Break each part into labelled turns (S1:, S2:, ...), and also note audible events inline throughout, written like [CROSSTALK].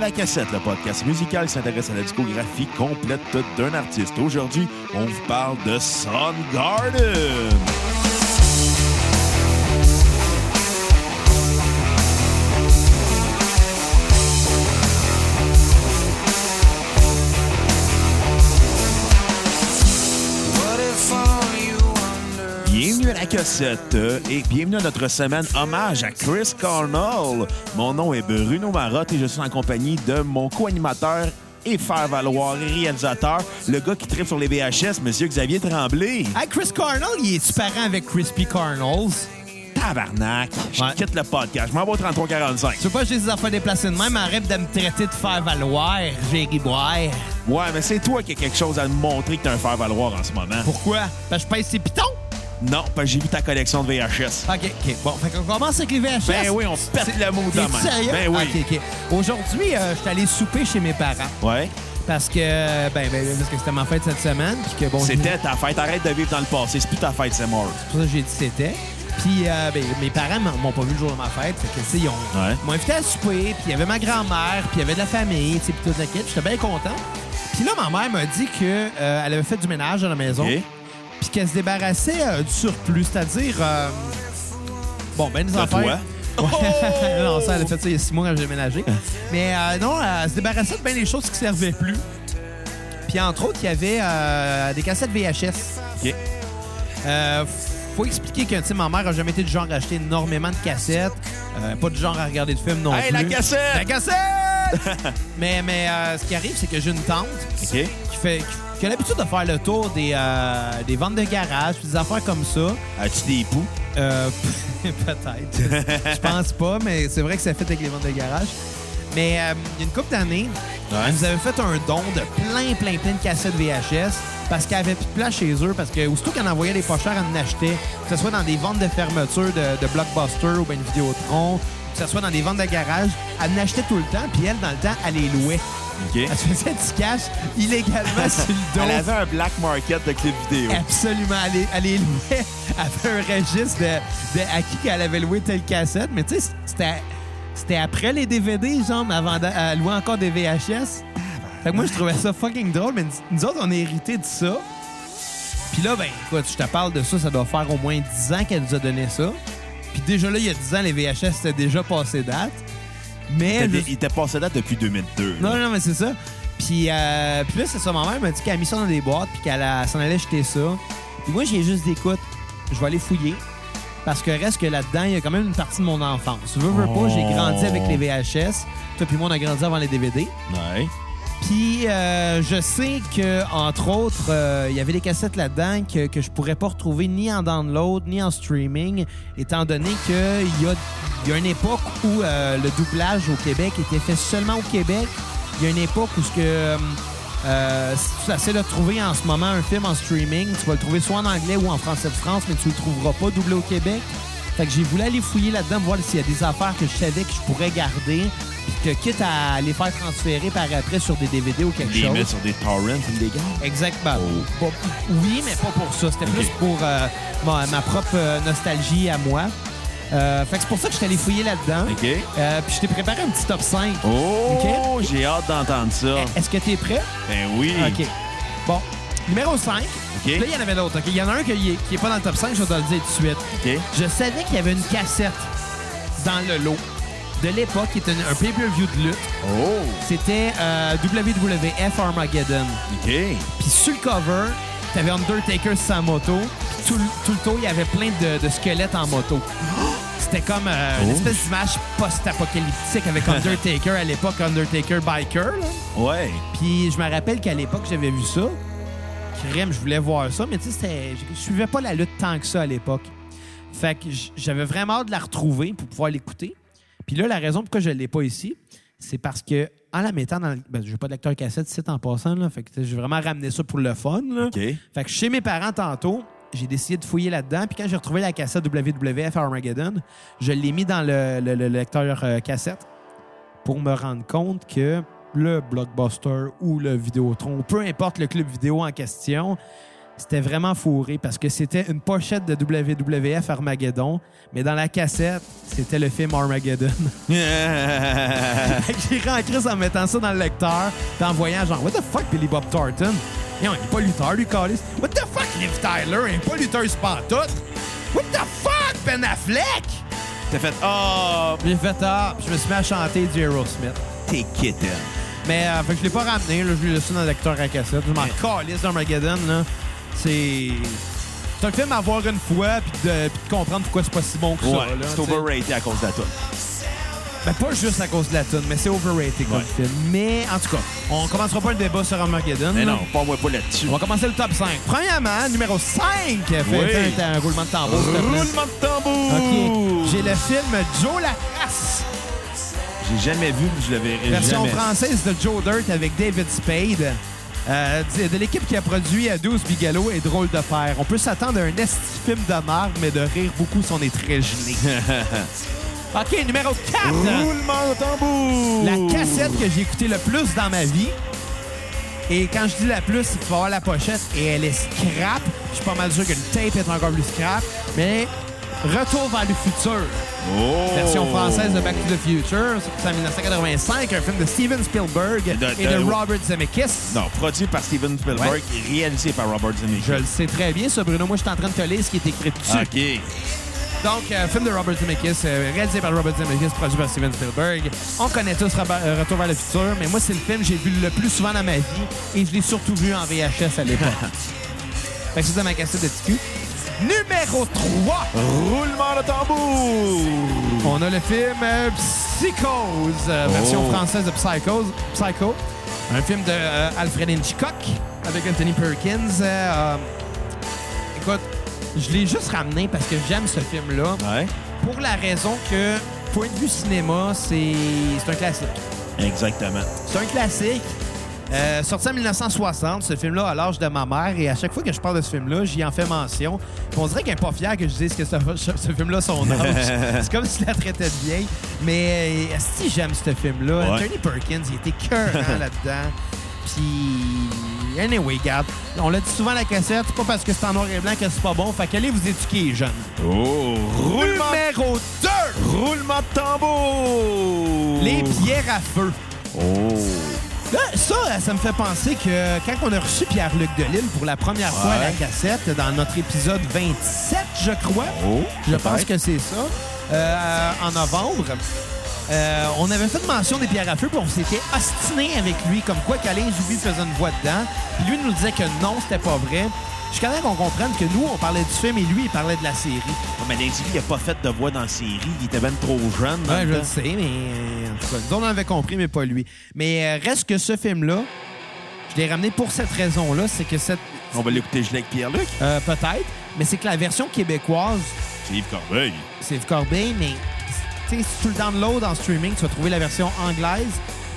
S1: la cassette, le podcast musical qui s'intéresse à la discographie complète d'un artiste. Aujourd'hui, on vous parle de Soundgarden. Bienvenue à la cassette euh, et bienvenue à notre semaine hommage à Chris Cornell. Mon nom est Bruno Marotte et je suis en compagnie de mon co-animateur et faire valoir réalisateur, le gars qui tripe sur les VHS, Monsieur Xavier Tremblay.
S2: Hey, Chris Carnell, il est parent avec Crispy Carnels.
S1: Tabarnak! Je
S2: Ouais.
S1: quitte le podcast. Je m'en vais au 3345.
S2: Tu veux pas que j'ai des affaires déplacées de même, arrête de me traiter de faire valoir, Jerry Boire.
S1: Ouais, mais c'est toi qui as quelque chose à me montrer que t'as un faire valoir en ce moment.
S2: Pourquoi? Parce que je pèse ses pitons.
S1: Non, parce que j'ai vu ta collection de VHS.
S2: OK, OK. Bon, fait qu'on commence avec les VHS.
S1: Ben oui, on pète
S2: C'est-
S1: le mood de
S2: T'es-tu
S1: même.
S2: sérieux?
S1: Ben oui.
S2: OK, OK. Aujourd'hui, euh, je suis allé souper chez mes parents
S1: Ouais.
S2: parce que, ben, ben parce que c'était ma fête cette semaine. Puis que, bon,
S1: C'était ta fête. Arrête de vivre dans le passé. C'est plus ta fête, c'est mort.
S2: C'est pour ça que j'ai dit c'était. Puis euh, ben, mes parents m'ont- m'ont pas vu le jour de ma fête. Fait que, tu sais, ils ont-
S1: Ouais.
S2: ils m'ont invité à souper. Puis il y avait ma grand-mère, puis il y avait de la famille, tu sais, puis tout le kit. J'étais bien content. Puis là, ma mère m'a dit qu'elle elle avait fait du ménage à la maison.
S1: OK?
S2: Puis qu'elle se débarrassait euh, du surplus. C'est-à-dire, euh, bon, ben, des
S1: De
S2: affaires.
S1: toi? Oh!
S2: Ouais. [LAUGHS] non, ça, elle a fait ça il y a six mois quand j'ai
S1: Ah.
S2: déménagé. Mais euh, non, elle se débarrassait de bien des choses qui servaient plus. Puis entre autres, il y avait euh, des cassettes VHS.
S1: OK.
S2: Euh, faut expliquer que tu sais, ma mère a jamais été du genre à acheter énormément de cassettes. Euh, pas du genre à regarder de films non
S1: Hey,
S2: plus.
S1: la cassette!
S2: La cassette! [LAUGHS] mais mais euh, ce qui arrive, c'est que j'ai une tante
S1: OK?
S2: qui fait qui- qui a l'habitude de faire le tour des, euh, des ventes de garage, puis des affaires comme ça.
S1: As-tu des poux?
S2: Euh, [LAUGHS] Peut-être. Je pense pas, mais c'est vrai que ça fait avec les ventes de garage. Mais euh, il y a une couple d'années, elle nous avait fait un don de plein, plein, plein de cassettes VHS parce qu'elle avait plus de place chez eux, parce que aussitôt qu'elle en envoyait des pas chers, elle en achetait. Que ce soit dans des ventes de fermeture de, de Blockbuster ou bien de Vidéotron, que ce soit dans des ventes de garage, elle en achetait tout le temps, puis elle, dans le temps, elle les louait.
S1: OK?
S2: [LAUGHS] Elle se faisait du cash
S1: [LAUGHS]
S2: illégalement sur le dos.
S1: Elle avait un black market de clips vidéo.
S2: Absolument. Elle, les- elle les louait. [LAUGHS] Elle avait un registre de, de à qui qu'elle avait loué telle cassette. Mais tu sais, c'était, c'était après les DVD, genre, mais avant de- elle louait encore des VHS. Fait que moi, je trouvais ça fucking drôle. Mais nous- nous autres, on a hérité de ça. Puis là, ben, écoute, je te parle de ça, ça doit faire au moins 10 ans qu'elle nous a donné ça. Puis déjà là, il y a 10 ans, les VHS, c'était déjà passé date. Mais
S1: T'as
S2: je-
S1: des- Il était passé date depuis 2002.
S2: non, non, mais c'est ça. Puis, euh, puis là, c'est ça. Ma mère m'a dit qu'elle a mis ça dans des boîtes puis qu'elle a- s'en allait jeter ça. Puis moi, j'ai juste dit, écoute, je vais aller fouiller. Parce que reste que là-dedans, il y a quand même une partie de mon enfance. Veux, veux pas, j'ai grandi avec les VHS. Toi puis moi, on a grandi avant les DVD.
S1: Ouais.
S2: Puis euh, je sais que entre autres, euh, il y avait des cassettes là-dedans que, que je pourrais pas retrouver ni en download ni en streaming, étant donné qu'il y a, il y a une époque où euh, le doublage au Québec était fait seulement au Québec. Il y a une époque où ce que euh, euh, si tu essaies de trouver en ce moment un film en streaming, tu vas le trouver soit en anglais ou en français de France, mais tu le trouveras pas doublé au Québec. Fait que j'ai voulu aller fouiller là-dedans, voir s'il y a des affaires que je savais que je pourrais garder, puis que quitte à les faire transférer par après sur des DVD ou quelque
S1: Des
S2: chose.
S1: mets sur des torrents, comme des gars.
S2: Exactement.
S1: Oh.
S2: Pas- oui, mais pas pour ça. C'était plus
S1: Ok.
S2: pour euh, ma, ma propre euh, nostalgie à moi. Euh, fait que c'est pour ça que je suis allé fouiller là-dedans.
S1: OK?
S2: Euh, puis je t'ai préparé un petit top 5.
S1: Oh, j'ai hâte d'entendre ça.
S2: Est-ce que t'es prêt?
S1: Ben oui.
S2: Eh. OK. Bon. Numéro 5.
S1: OK.
S2: Là, il y en avait d'autres. OK? Il y en a un qui est, qui est pas dans le top 5, je vais te le dire tout de suite.
S1: OK?
S2: Je savais qu'il y avait une cassette dans le lot de l'époque qui était un pay-per-view de lutte.
S1: Oh.
S2: C'était euh, WWF Armageddon.
S1: OK.
S2: Puis sur le cover, t'avais Undertaker sur sa moto. Puis Tout, le- tout le tour, il y avait plein de, de squelettes en moto. C'était comme euh, une
S1: Oh.
S2: espèce d'image post-apocalyptique avec Undertaker à l'époque, Undertaker Biker. là.
S1: Ouais.
S2: Puis je me rappelle qu'à l'époque, j'avais vu ça. Crème, je voulais voir ça, mais tu sais, c'était- je- je suivais pas la lutte tant que ça à l'époque. Fait que j- j'avais vraiment hâte de la retrouver pour pouvoir l'écouter. Puis là, la raison pourquoi je l'ai pas ici, c'est parce que en la mettant dans... le- Ben, j'ai pas de lecteur cassette ici en passant, là. Fait que tu sais, j'ai vraiment ramené ça pour le fun, là.
S1: OK.
S2: Fait que chez mes parents, tantôt, j'ai décidé de fouiller là-dedans. Puis quand j'ai retrouvé la cassette WWF Armageddon, je l'ai mis dans le, le- le lecteur euh, cassette pour me rendre compte que le Blockbuster ou le Vidéotron, peu importe le club vidéo en question, c'était vraiment fourré parce que c'était une pochette de WWF Armageddon, mais dans la cassette, c'était le film Armageddon. [LAUGHS] Fait que J'ai rentré en crise en mettant ça dans le lecteur, puis en voyant genre, What the fuck, Billy Bob Thornton? Et on n'est pas lutteur, lui, Callis. What the fuck, Liv Tyler? Il n'est pas lutteur, c'est pas en tout. What the fuck, Ben Affleck?
S1: [LAUGHS] T'as fait Oh,
S2: J'ai fait ah, puis je me suis mis à chanter du Aerosmith.
S1: t'es kitten.
S2: Mais euh, fait que je l'ai pas ramené, là, je l'ai laissé dans le lecteur à cassette. Je m'en calisse d'Armageddon, là. C'est. C'est un film à voir une fois puis de, puis de comprendre pourquoi c'est pas si bon que ça.
S1: Ouais,
S2: là,
S1: c'est
S2: tu sais.
S1: overrated à cause de la toune.
S2: Ben, pas juste à cause de la tune, mais c'est overrated comme
S1: Ouais.
S2: film. Mais en tout cas, on commencera pas le débat sur Armageddon.
S1: Mais
S2: là.
S1: non, pas moi pas là-dessus.
S2: On va commencer le top 5. Premièrement, numéro 5. Fais,
S1: Oui.
S2: fais un, un roulement de tambour. s'il te plaît.
S1: Roulement de tambour!
S2: OK. J'ai le film Joe Lacrasse,
S1: J'ai jamais vu, puis je le verrai
S2: version
S1: jamais.
S2: française de Joe Dirt avec David Spade. Euh, d- de l'équipe qui a produit à 12 Bigelow et Drôle de Père. On peut s'attendre à un esti film de marde, mais de rire beaucoup si on est très [LAUGHS] gelé. OK, numéro 4.
S1: Roulement de tambour!
S2: la cassette que j'ai écoutée le plus dans ma vie. Et quand je dis la plus, il faut avoir la pochette et elle est scrap. Je suis pas mal sûr que le tape est encore plus scrap. Mais Retour vers le futur,
S1: Oh!
S2: version française de Back to the Future, c'est en 1985, un film de Steven Spielberg
S1: de-
S2: et de
S1: de-
S2: Robert Zemeckis.
S1: Non, produit par Steven Spielberg
S2: Ouais.
S1: et réalisé par Robert Zemeckis.
S2: Je le sais très bien, ça, Bruno. Moi, je suis en train de te lire ce qui est écrit dessus.
S1: OK.
S2: Donc, euh, film de Robert Zemeckis, euh, réalisé par Robert Zemeckis, produit par Steven Spielberg. On connaît tous Robert- euh, Retour vers le futur, mais moi, c'est le film que j'ai vu le plus souvent dans ma vie et je l'ai surtout vu en VHS à l'époque. fait que c'est dans ma cassette de TQ. Numéro 3,
S1: Roulement de tambour!
S2: on a le film euh, Psychose, euh, version
S1: Oh.
S2: française de Psychose, Psycho. Un film de euh, Alfred Hitchcock avec Anthony Perkins. Euh, euh, écoute, je l'ai juste ramené parce que j'aime ce film-là.
S1: Ouais,
S2: Pour la raison que, point de vue cinéma, c'est c'est un classique.
S1: exactement.
S2: C'est un classique. Euh, sorti en 1960, ce film-là, à l'âge de ma mère, et à chaque fois que je parle de ce film-là, j'y en fais mention. Puis on dirait qu'elle n'est pas fière que je dise que ce, [LAUGHS] ce film-là, son âge. c'est comme si je la traitait de vieille. Mais euh, si j'aime ce film-là,
S1: Ouais.
S2: Anthony Perkins, il était cœur là-dedans. Puis, anyway, regarde, on l'a dit souvent à la cassette, c'est pas parce que c'est en noir et blanc que c'est pas bon, fait qu'allez vous éduquer, jeunes.
S1: Oh! Roulement,
S2: Numéro 2!
S1: roulement de tambour!
S2: Les pierres à feu.
S1: Oh!
S2: Là, ça, ça me fait penser que quand on a reçu Pierre-Luc Delisle pour la première fois à la
S1: Ouais.
S2: cassette, dans notre épisode 27, je crois,
S1: Oh!
S2: je
S1: peut-être.
S2: pense que c'est ça, euh, en novembre, euh, on avait fait mention des pierres à feu, puis on s'était ostiné avec lui, comme quoi qu'Alain Zoubi faisait une voix dedans. Puis lui nous disait que non, c'était pas vrai. Jusqu'à temps qu'on comprenne que nous, on parlait du film et lui, il parlait de la série.
S1: Ouais, Ah, mais Lindsay, il n'a pas fait de voix dans la série. Il était même trop jeune. dans
S2: Ouais,
S1: le
S2: je
S1: temps.
S2: le sais, mais euh, en tout cas, nous autres, on avait compris, mais pas lui. Mais euh, reste que ce film-là, je l'ai ramené pour cette raison-là, c'est que cette.
S1: On va l'écouter gelé avec Pierre-Luc.
S2: euh, Peut-être, mais c'est que la version québécoise,
S1: C'est Yves Corbeil.
S2: c'est Yves Corbeil, mais tu sais, si tu le download en streaming, tu vas trouver la version anglaise,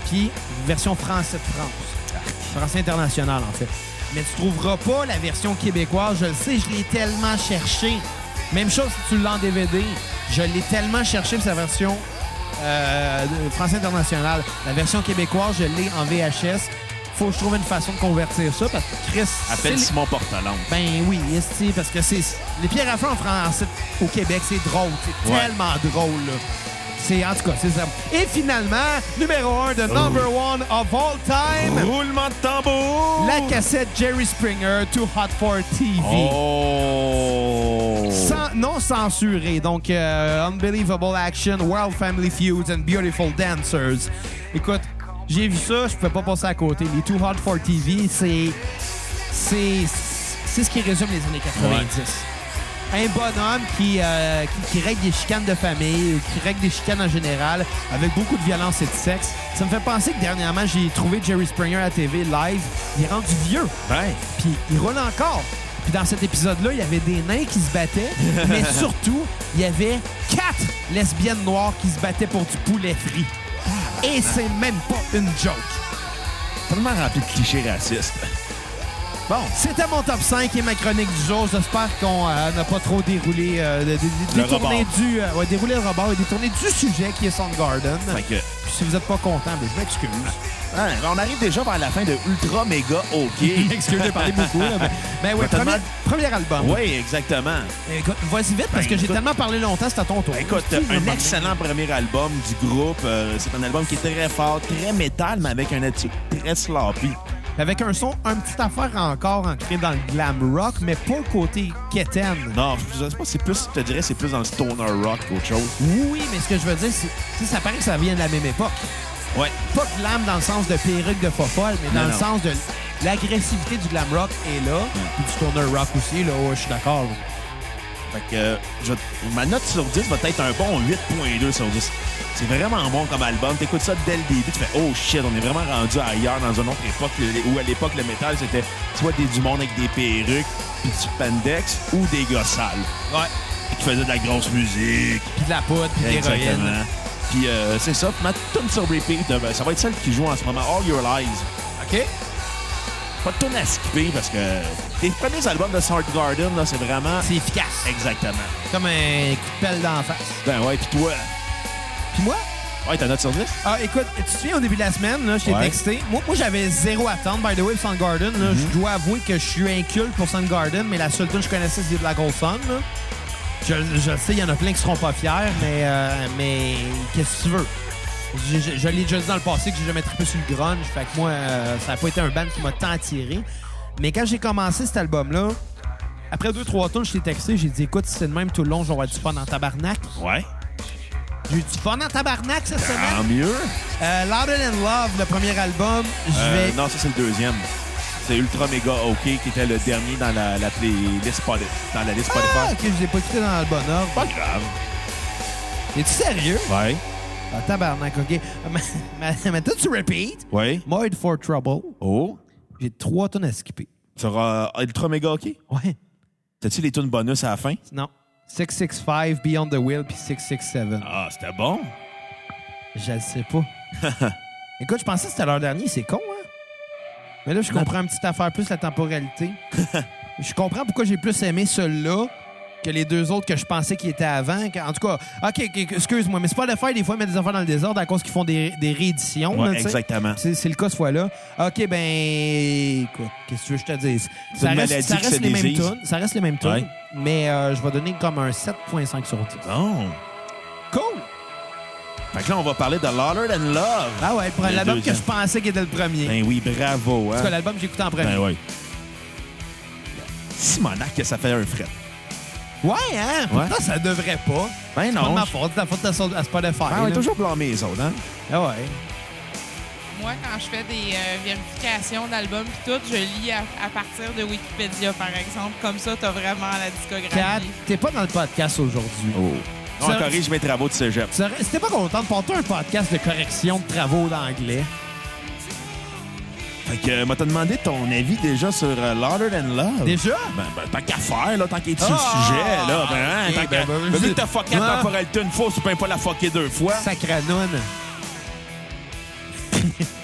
S2: puis version français de France. Français international, en fait. Mais tu trouveras pas la version québécoise, je le sais, je l'ai tellement cherché. Même chose si tu l'as en DVD, je l'ai tellement cherché, puis sa version euh, de- français international. La version québécoise, je l'ai en VHS. Faut que je trouve une façon de convertir ça, parce que Chris... c'est
S1: Appelle
S2: les-
S1: Simon Portalon.
S2: ben oui, esti, parce que c'est. Les pierres à feu en France, au Québec, c'est drôle. C'est
S1: Ouais.
S2: tellement drôle, là. C'est, en tout cas, c'est ça. Et finalement, numéro un, the number one of all time,
S1: Roulement de tambour!
S2: la cassette Jerry Springer, Too Hot for TV.
S1: Oh!
S2: Sans- non censuré, donc euh, Unbelievable Action, World Family Feuds and Beautiful Dancers. Écoute, j'ai vu ça, je peux pas passer à côté. Les Too Hot for TV, c'est c'est c'est ce qui résume les années 90. Un bonhomme qui, euh, qui, qui règle des chicanes de famille, ou qui règle des chicanes en général, avec beaucoup de violence et de sexe. Ça me fait penser que dernièrement, j'ai trouvé Jerry Springer à TV live. Il est rendu vieux
S1: Ben,
S2: puis il roule encore. Puis dans cet épisode-là, il y avait des nains qui se battaient, mais surtout, il y avait quatre lesbiennes noires qui se battaient pour du poulet frit. Et c'est même pas une joke.
S1: tellement rempli de clichés racistes.
S2: Bon, c'était mon top 5 et ma chronique du jour. J'espère qu'on euh, n'a pas trop déroulé, euh, de- de- de-
S1: Le
S2: détourné
S1: rebord.
S2: du, euh, ouais, déroulé le rebord et détourné du sujet qui est Soundgarden.
S1: [LAUGHS] Fait que, [LAUGHS]
S2: Puis si vous n'êtes pas content, ben, je m'excuse.
S1: Ah, on arrive déjà vers la fin de Ultra Méga [LAUGHS] OK.
S2: Excusez, j'ai [LAUGHS] parlé beaucoup. Là, mais mais ouais,
S1: Totalement-
S2: Ben premier, premier album.
S1: oui, exactement.
S2: Écoute, vas-y vite parce que
S1: Ben,
S2: j'ai
S1: écoute-
S2: tellement parlé longtemps, c'est à ton tour.
S1: Ben, écoute,
S2: Tu veux
S1: un
S2: parler?
S1: excellent premier album du groupe. Euh, c'est un album qui est très fort, très métal, mais avec un attitude très sloppy.
S2: Avec un son, un petit affaire encore ancré dans le glam rock, mais pas le côté quétaine.
S1: Non, je sais pas, c'est plus, je te dirais, c'est plus dans le stoner rock qu'autre chose.
S2: Oui, mais ce que je veux dire, c'est tu sais, ça paraît que ça vient de la même époque.
S1: Ouais.
S2: Pas glam dans le sens de perruque de fofolle, mais dans
S1: Non,
S2: le
S1: non.
S2: sens de l'agressivité du glam rock est là, puis du stoner rock aussi, là, ouais, je suis d'accord.
S1: Fait que euh, je- ma note sur 10 va être un bon 8.2 sur 10. C'est vraiment bon comme album. T'écoutes ça dès le début, tu fais « Oh shit, on est vraiment rendu ailleurs dans une autre époque le- où à l'époque, le métal, c'était soit des, du monde avec des perruques, puis du pandex, ou des gars sales
S2: Ouais.
S1: qui faisaient de la grosse musique.
S2: Puis de la poudre, puis de l'héroïne.
S1: Exactement. Puis euh, c'est ça. Puis ma tune sur repeat, euh, ben, ça va être celle qui joue en ce moment, All Your Lies.
S2: OK?
S1: Pas de tune à skipper parce que les premiers albums de Sart Garden, là, c'est vraiment...
S2: C'est efficace.
S1: Exactement.
S2: Comme un coup de pelle d'en face.
S1: Ben ouais, puis toi...
S2: Puis moi,
S1: Ouais, ta note sur 10?
S2: Ah, écoute, tu te souviens au début de la semaine, là, je t'ai
S1: Ouais.
S2: texté. Moi, moi j'avais zéro attente. By the way, Soundgarden, là, je dois avouer que je suis inculte pour Soundgarden, mais la seule tune que je connaissais, c'est Black Hole Sun. là. Je, je le sais, il y en a plein qui seront pas fiers, mais, euh, mais qu'est-ce que tu veux? Je, je- je l'ai déjà dit dans le passé que j'ai jamais trippé sur le grunge, fait que moi, euh, ça n'a pas été un band qui m'a tant attiré. Mais quand j'ai commencé cet album-là, après deux, trois tunes, je t'ai texté, j'ai dit, écoute, si c'est le même tout le long, je vais avoir du fun en tabarnak.
S1: Ouais.
S2: J'ai eu du fun en tabarnak cette semaine.
S1: Tant mieux.
S2: Euh, Louder Than Love, le premier album, je
S1: Euh,
S2: vais.
S1: non, ça c'est le deuxième. C'est Ultra Mega OK qui était le dernier dans la, la playlist Spotify. Dans la liste
S2: ah,
S1: Spotify.
S2: ok, je l'ai pas écouté dans le bon ordre.
S1: Pas grave.
S2: Es-tu sérieux?
S1: Ouais.
S2: Ah, tabarnak, ok. [LAUGHS] Maintenant, tu repeat.
S1: Ouais.
S2: Mode for Trouble.
S1: Oh.
S2: J'ai trois tonnes à skipper.
S1: Sur euh, Ultra Mega OK?
S2: Ouais.
S1: T'as-tu les tunes bonus à la fin?
S2: Non. 665, Beyond the Wheel, puis 667.
S1: Ah, c'était bon.
S2: Je le sais
S1: [LAUGHS]
S2: pas. Écoute, je pensais que c'était l'heure dernier, c'est con, hein? Mais là, je comprends une petite affaire plus
S1: [LAUGHS]
S2: la temporalité. je comprends pourquoi j'ai plus aimé celui-là que les deux autres que je pensais qui étaient avant. Que- En tout cas, OK, ok, excuse-moi, mais c'est pas le faire des fois mettre des affaires dans le désordre à cause qu'ils font des, des rééditions.
S1: Ouais,
S2: là, tu sais.
S1: exactement.
S2: C'est c'est le cas ce fois-là. OK, ben, écoute, qu'est-ce que tu veux que je te dise? Ça
S1: une
S2: reste,
S1: maladie
S2: ça
S1: qui
S2: reste
S1: se
S2: les mêmes
S1: désise.
S2: tunes. Ça reste les mêmes tunes,
S1: Ouais.
S2: mais euh, je vais donner comme un 7.5 sur 10.
S1: Bon.
S2: Cool!
S1: Fait que là, on va parler de Louder Than Love.
S2: Ah ouais, pour un
S1: Le
S2: album que
S1: deuxième.
S2: je pensais qu'il était le premier.
S1: Ben oui, bravo.
S2: En tout cas,
S1: Hein?
S2: l'album que j'ai écouté en premier.
S1: Ben oui. Simonac, que ça fait un fret.
S2: Ouais, hein?
S1: Ouais.
S2: Pourtant, ça devrait pas.
S1: Ben
S2: C'est pas de
S1: non.
S2: ma faute, c'est la faute de son- à Spotify.
S1: Ah ouais,
S2: là.
S1: toujours blâmer les autres, hein?
S2: Ah ouais.
S3: Moi, quand je fais des euh, vérifications d'albums pis tout, je lis à, à partir de Wikipédia, par exemple. Comme ça, t'as vraiment la
S2: Kat,
S3: discographie.
S2: t'es pas dans le podcast aujourd'hui.
S1: Oh. On
S2: Ça-
S1: corrige mes travaux de cégep.
S2: Tu serais- Si t'es pas content de porter un podcast de correction de travaux d'anglais,
S1: Ah Fait que, euh, m'a t'a demandé ton avis déjà sur euh, Louder Than Love.
S2: déjà?
S1: Ben, ben, tant qu'à faire, là, tant qu'il est sur
S2: Ah!
S1: le sujet, là, ben, hein,
S2: Ok,
S1: tant
S2: ben,
S1: qu'à-
S2: ben,
S1: Ben,
S2: je-
S1: vu que t'as fucké
S2: Ah.
S1: la temporalité une fois, tu peux pas la fucker deux fois.
S2: Sacranone.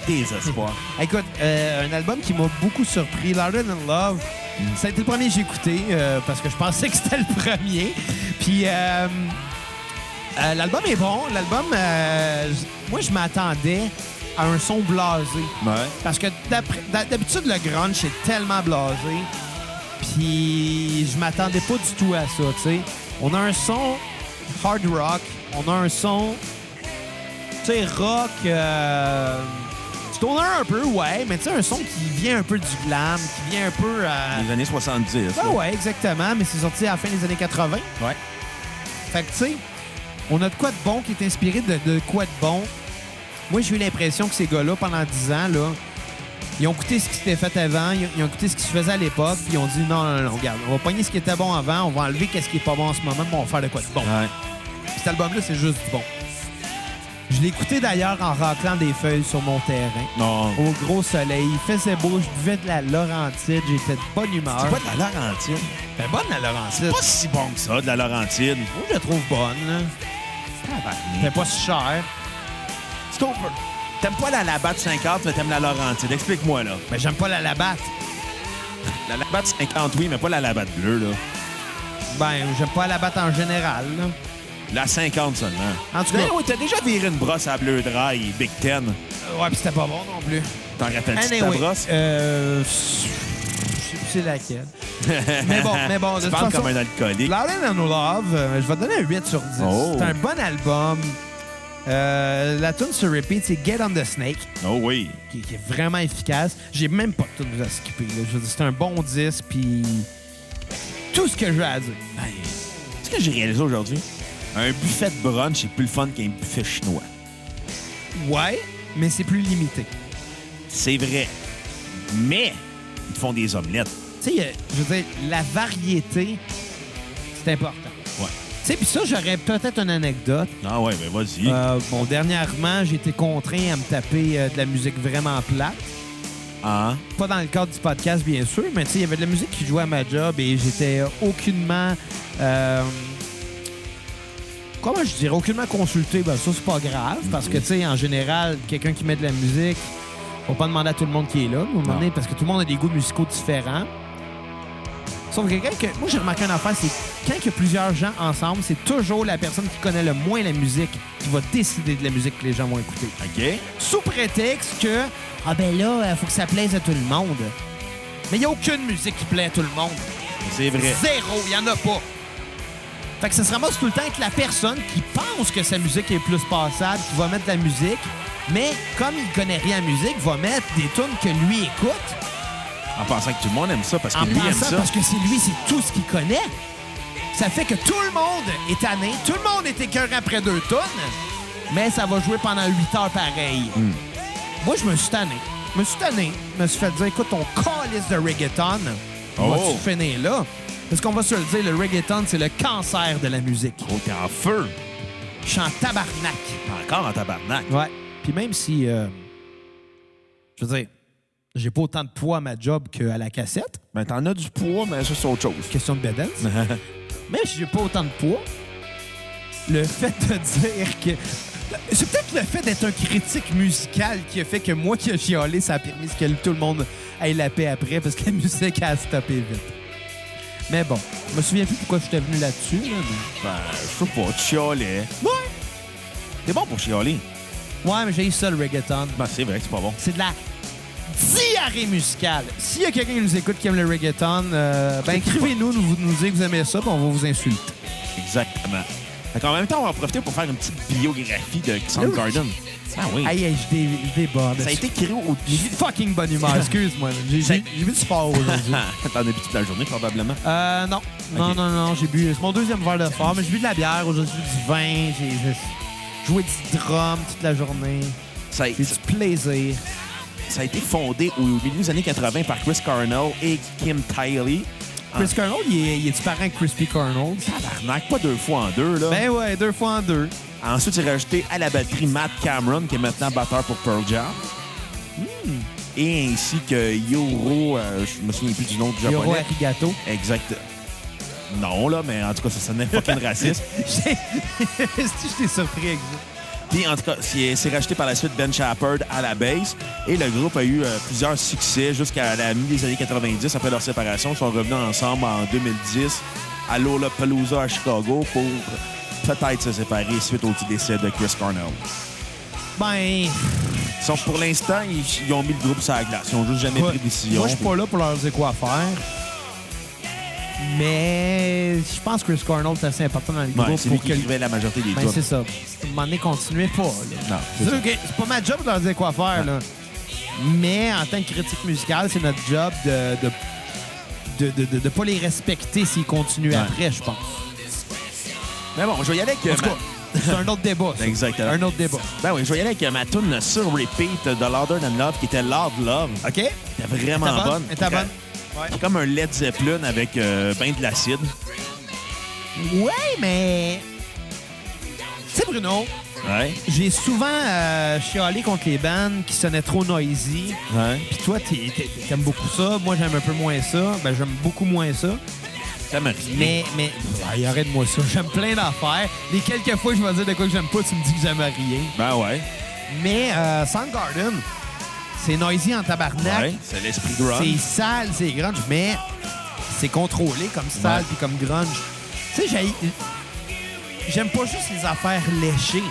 S1: Désespoir.
S2: Écoute, euh, un album qui m'a beaucoup surpris, Louder Than Love.
S1: Mm.
S2: Ça a été le premier que j'ai écouté euh, parce que je pensais que c'était le premier. Puis euh, euh, l'album est bon. L'album, euh, j- moi, je m'attendais à un son blasé.
S1: ouais.
S2: Parce que d'après- d'hab- d'habitude, le grunge, c'est tellement blasé. Puis je m'attendais pas du tout à ça, tu sais. On a un son hard rock. On a un son, tu sais, rock... Euh, stoner un peu, ouais. Mais tu sais, un son qui vient un peu du glam, qui vient un peu... euh,
S1: Les années 70.
S2: ah
S1: là.
S2: ouais, exactement, mais c'est sorti à la fin des années 80.
S1: Ouais.
S2: Fait que, tu sais, on a de quoi de bon qui est inspiré de, de quoi de bon. Moi, j'ai eu l'impression que ces gars-là, pendant 10 ans, là, ils ont écouté ce qui s'était fait avant, ils ont, ils ont écouté ce qui se faisait à l'époque, puis ils ont dit non, non, non, regarde, on va pogner ce qui était bon avant, on va enlever qu'est-ce qui est pas bon en ce moment, mais on va faire de quoi de bon.
S1: Ouais.
S2: Puis cet album-là, c'est juste du bon. Je l'ai écouté d'ailleurs en raclant des feuilles sur mon terrain.
S1: Non.
S2: Au gros soleil, il faisait beau, je buvais de la Laurentide, j'étais de bonne humeur.
S1: C'est pas de la Laurentine.
S2: Ben, bonne la Laurentide.
S1: Pas si bon que ça, de la Laurentine.
S2: Moi, je la trouve bonne. là.
S1: Tabarnak.
S2: Elle est pas si chère.
S1: C'est over. T'aimes pas la Labatt 50, mais t'aimes la Laurentine. Explique-moi, là.
S2: Mais Ben, j'aime pas la labatte.
S1: La Labatt 50, oui, mais pas la Labatt bleue, là.
S2: Ben, j'aime pas la labatte en général. là.
S1: La 50 seulement.
S2: En tout cas,
S1: Non, oui, t'as déjà viré une brosse à bleu dry, Big Ten.
S2: ouais, puis c'était pas bon non plus.
S1: T'en rappelles-tu de ta
S2: Anyway,
S1: brosse?
S2: euh, je sais plus
S1: [LAUGHS]
S2: c'est laquelle. mais bon, mais bon, de
S1: Tu
S2: toute
S1: parles
S2: façon-
S1: comme un alcoolique.
S2: Lauren and Love, euh, je vais te donner un 8 sur 10.
S1: Oh.
S2: C'est un bon album. Euh, la tune sur repeat, c'est Get on the Snake,
S1: Oh oui.
S2: qui, qui est vraiment efficace. J'ai même pas de tune à skipper. là. Je veux dire, c'est un bon 10, puis tout ce que j'ai à dire.
S1: Qu'est-ce que j'ai réalisé aujourd'hui? Un buffet de brunch, c'est plus le fun qu'un buffet chinois.
S2: Ben, Ouais, mais c'est plus limité.
S1: C'est vrai. Mais, ils te font des omelettes.
S2: Tu sais, euh, je veux dire, la variété, c'est important.
S1: Ouais.
S2: Tu sais, puis ça, j'aurais peut-être une anecdote.
S1: Ah ouais, ben vas-y.
S2: Euh, bon, dernièrement, j'ai été contraint à me taper euh, de la musique vraiment plate.
S1: Ah,
S2: Pas dans le cadre du podcast, bien sûr, mais tu sais, il y avait de la musique qui jouait à ma job et j'étais aucunement. euh, comment je dirais Aucunement consulté. Ben, ça, c'est pas grave parce que, tu sais, en général, quelqu'un qui met de la musique, faut pas demander à tout le monde qui est là, à un moment
S1: Non.
S2: donné, parce que tout le monde a des goûts musicaux différents. Sauf que quelqu'un que. Moi, j'ai remarqué une affaire, c'est quand il y a plusieurs gens ensemble, c'est toujours la personne qui connaît le moins la musique qui va décider de la musique que les gens vont écouter
S1: OK.
S2: sous prétexte que ah ben là, euh, faut que ça plaise à tout le monde. Mais il n'y a aucune musique qui plaît à tout le monde.
S1: C'est vrai.
S2: Zéro, il n'y en a pas. Fait que ça se ramasse tout le temps avec la personne qui pense que sa musique est plus passable, qui va mettre de la musique, mais comme il connaît rien à la musique, va mettre des tunes que lui écoute
S1: En pensant que tout le monde aime ça parce que
S2: en
S1: lui aime
S2: pensant
S1: ça.
S2: parce que c'est lui, c'est tout ce qu'il connaît. Ça fait que tout le monde est tanné, tout le monde est écœuré après deux tonnes, mais ça va jouer pendant huit heures pareil.
S1: Hmm.
S2: Moi, je me suis tanné. Je me suis tanné. Je me suis fait dire, écoute, on calisse de reggaeton. On
S1: Oh.
S2: va-tu finir là? Parce qu'on va se le dire, le reggaeton, c'est le cancer de la musique.
S1: Oh, t'es en feu.
S2: Je suis en tabarnak.
S1: T'es encore en tabarnak.
S2: Ouais. Puis même si, euh, je veux dire, j'ai pas autant de poids à ma job qu'à la cassette,
S1: Ben, t'en as du poids, mais ça, c'est autre chose.
S2: question
S1: [LAUGHS]
S2: de balance, Mais j'ai pas autant de poids. Le fait de dire que. C'est peut-être le fait d'être un critique musical qui a fait que moi qui ai chialé, ça a permis que tout le monde ait la paix après parce que la [LAUGHS] musique a stoppé vite. Mais bon, je me souviens plus pourquoi j'étais venu là-dessus. là, mais-
S1: ben, je sais pas, tu chialais.
S2: Ouais!
S1: T'es bon pour chialer.
S2: Ouais, mais j'ai eu ça le reggaeton.
S1: Ben, c'est vrai que c'est pas bon.
S2: C'est de la diarrhée musicale. S'il y a quelqu'un qui nous écoute qui aime le reggaeton, euh, ben écrivez-nous, nous, nous dire que vous aimez ça, puis on va vous insulter.
S1: Exactement. Fait qu'en même temps, on va en profiter pour faire une petite biographie de Soundgarden. Ah oui.
S2: Aïe, aïe, je dé- je déborde.
S1: Ça a été créé au
S2: J'ai vu de fucking bonne [LAUGHS] humeur, excuse-moi. J'ai
S1: Ça-
S2: j'ai- j'ai bu du sport
S1: [LAUGHS]
S2: aujourd'hui.
S1: Ah, T'en as bu toute la journée, probablement.
S2: [LAUGHS] Euh, non. Non,
S1: Ok.
S2: non, non, j'ai bu. euh, C'est mon deuxième verre de fort, mais j'ai bu de la bière aujourd'hui, du vin, j'ai j'ai joué du drum toute la journée.
S1: Ça a,
S2: J'ai eu du plaisir.
S1: ça a été fondé au milieu des années 80 par Chris Cornell et Kim Tiley.
S2: Chris Cornell, il est, il est du parent de Crispy Cornell.
S1: Tabarnak, pas deux fois en deux, là.
S2: Ben ouais, deux fois en deux.
S1: Ensuite, j'ai rajouté à la batterie Matt Cameron, qui est maintenant batteur pour Pearl Jam. Hmm. Et ainsi que Yoro, euh, je me souviens plus du nom du
S2: Yoro
S1: japonais.
S2: Arigato. [LAUGHS]
S1: Exact. Non, là, mais en tout cas, ça sonnait
S2: [LAUGHS]
S1: fucking raciste.
S2: J'ai- Si je t'ai surpris avec ça.
S1: Puis, en tout cas, c'est c'est racheté par la suite Ben Shepard à la bass. Et le groupe a eu euh, plusieurs succès jusqu'à la mi des années 90, après leur séparation. Ils sont revenus ensemble en 2010 à Lollapalooza à Chicago pour peut-être se séparer suite au petit décès de Chris Cornell.
S2: Ben,
S1: Ils sont- pour l'instant, ils, ils ont mis le groupe sur la glace. Ils n'ont juste jamais pris de décision.
S2: moi, je suis pas là pour leur dire quoi faire. Mais je pense que Chris Cornell est assez important dans le
S1: Ouais,
S2: groupe
S1: c'est lui
S2: pour
S1: qui
S2: que
S1: écrivait la majorité des
S2: Ben,
S1: tunes.
S2: c'est ça. À un moment donné, continuez pas. là.
S1: Non, c'est ça.
S2: Ok, c'est pas ma job de leur dire quoi faire. Là. Mais en tant que critique musicale, c'est notre job de de, de, de, de- de pas les respecter s'ils continuent
S1: Ouais.
S2: après, je pense.
S1: Mais bon, je vais y aller avec... euh,
S2: En tout cas, c'est un autre débat. ça.
S1: Exactement.
S2: Un autre débat.
S1: ma- Ben oui, je vais y aller avec euh, ma tune sur repeat de Louder Than Love qui était Loud Love.
S2: OK? Elle
S1: Elle était vraiment
S2: T'as bonne?
S1: bonne.
S2: Elle T'as bonne?
S1: C'est comme un Led Zeppelin avec euh, ben de l'acide.
S2: Ouais, mais... Tu sais, Bruno,
S1: Ouais.
S2: j'ai souvent euh, chialé contre les bandes qui sonnaient trop noisy.
S1: Ouais.
S2: Puis toi, t'es- t'es- t'aimes beaucoup ça. Moi, j'aime un peu moins ça. Ben, j'aime beaucoup moins ça.
S1: Ça me rien.
S2: Mais, mais, Ouais, arrête-moi ça. [LAUGHS] J'aime plein d'affaires. Les quelques fois que je vais dire de quoi que j'aime pas, tu me dis que j'aime rien.
S1: Ben ouais.
S2: Mais euh, Soundgarden, c'est noisy en tabarnak.
S1: Ouais. C'est l'esprit grunge.
S2: C'est sale, c'est grunge, mais c'est contrôlé comme sale
S1: Ouais.
S2: puis comme grunge. Tu sais, j'ai- j'aime pas juste les affaires léchées.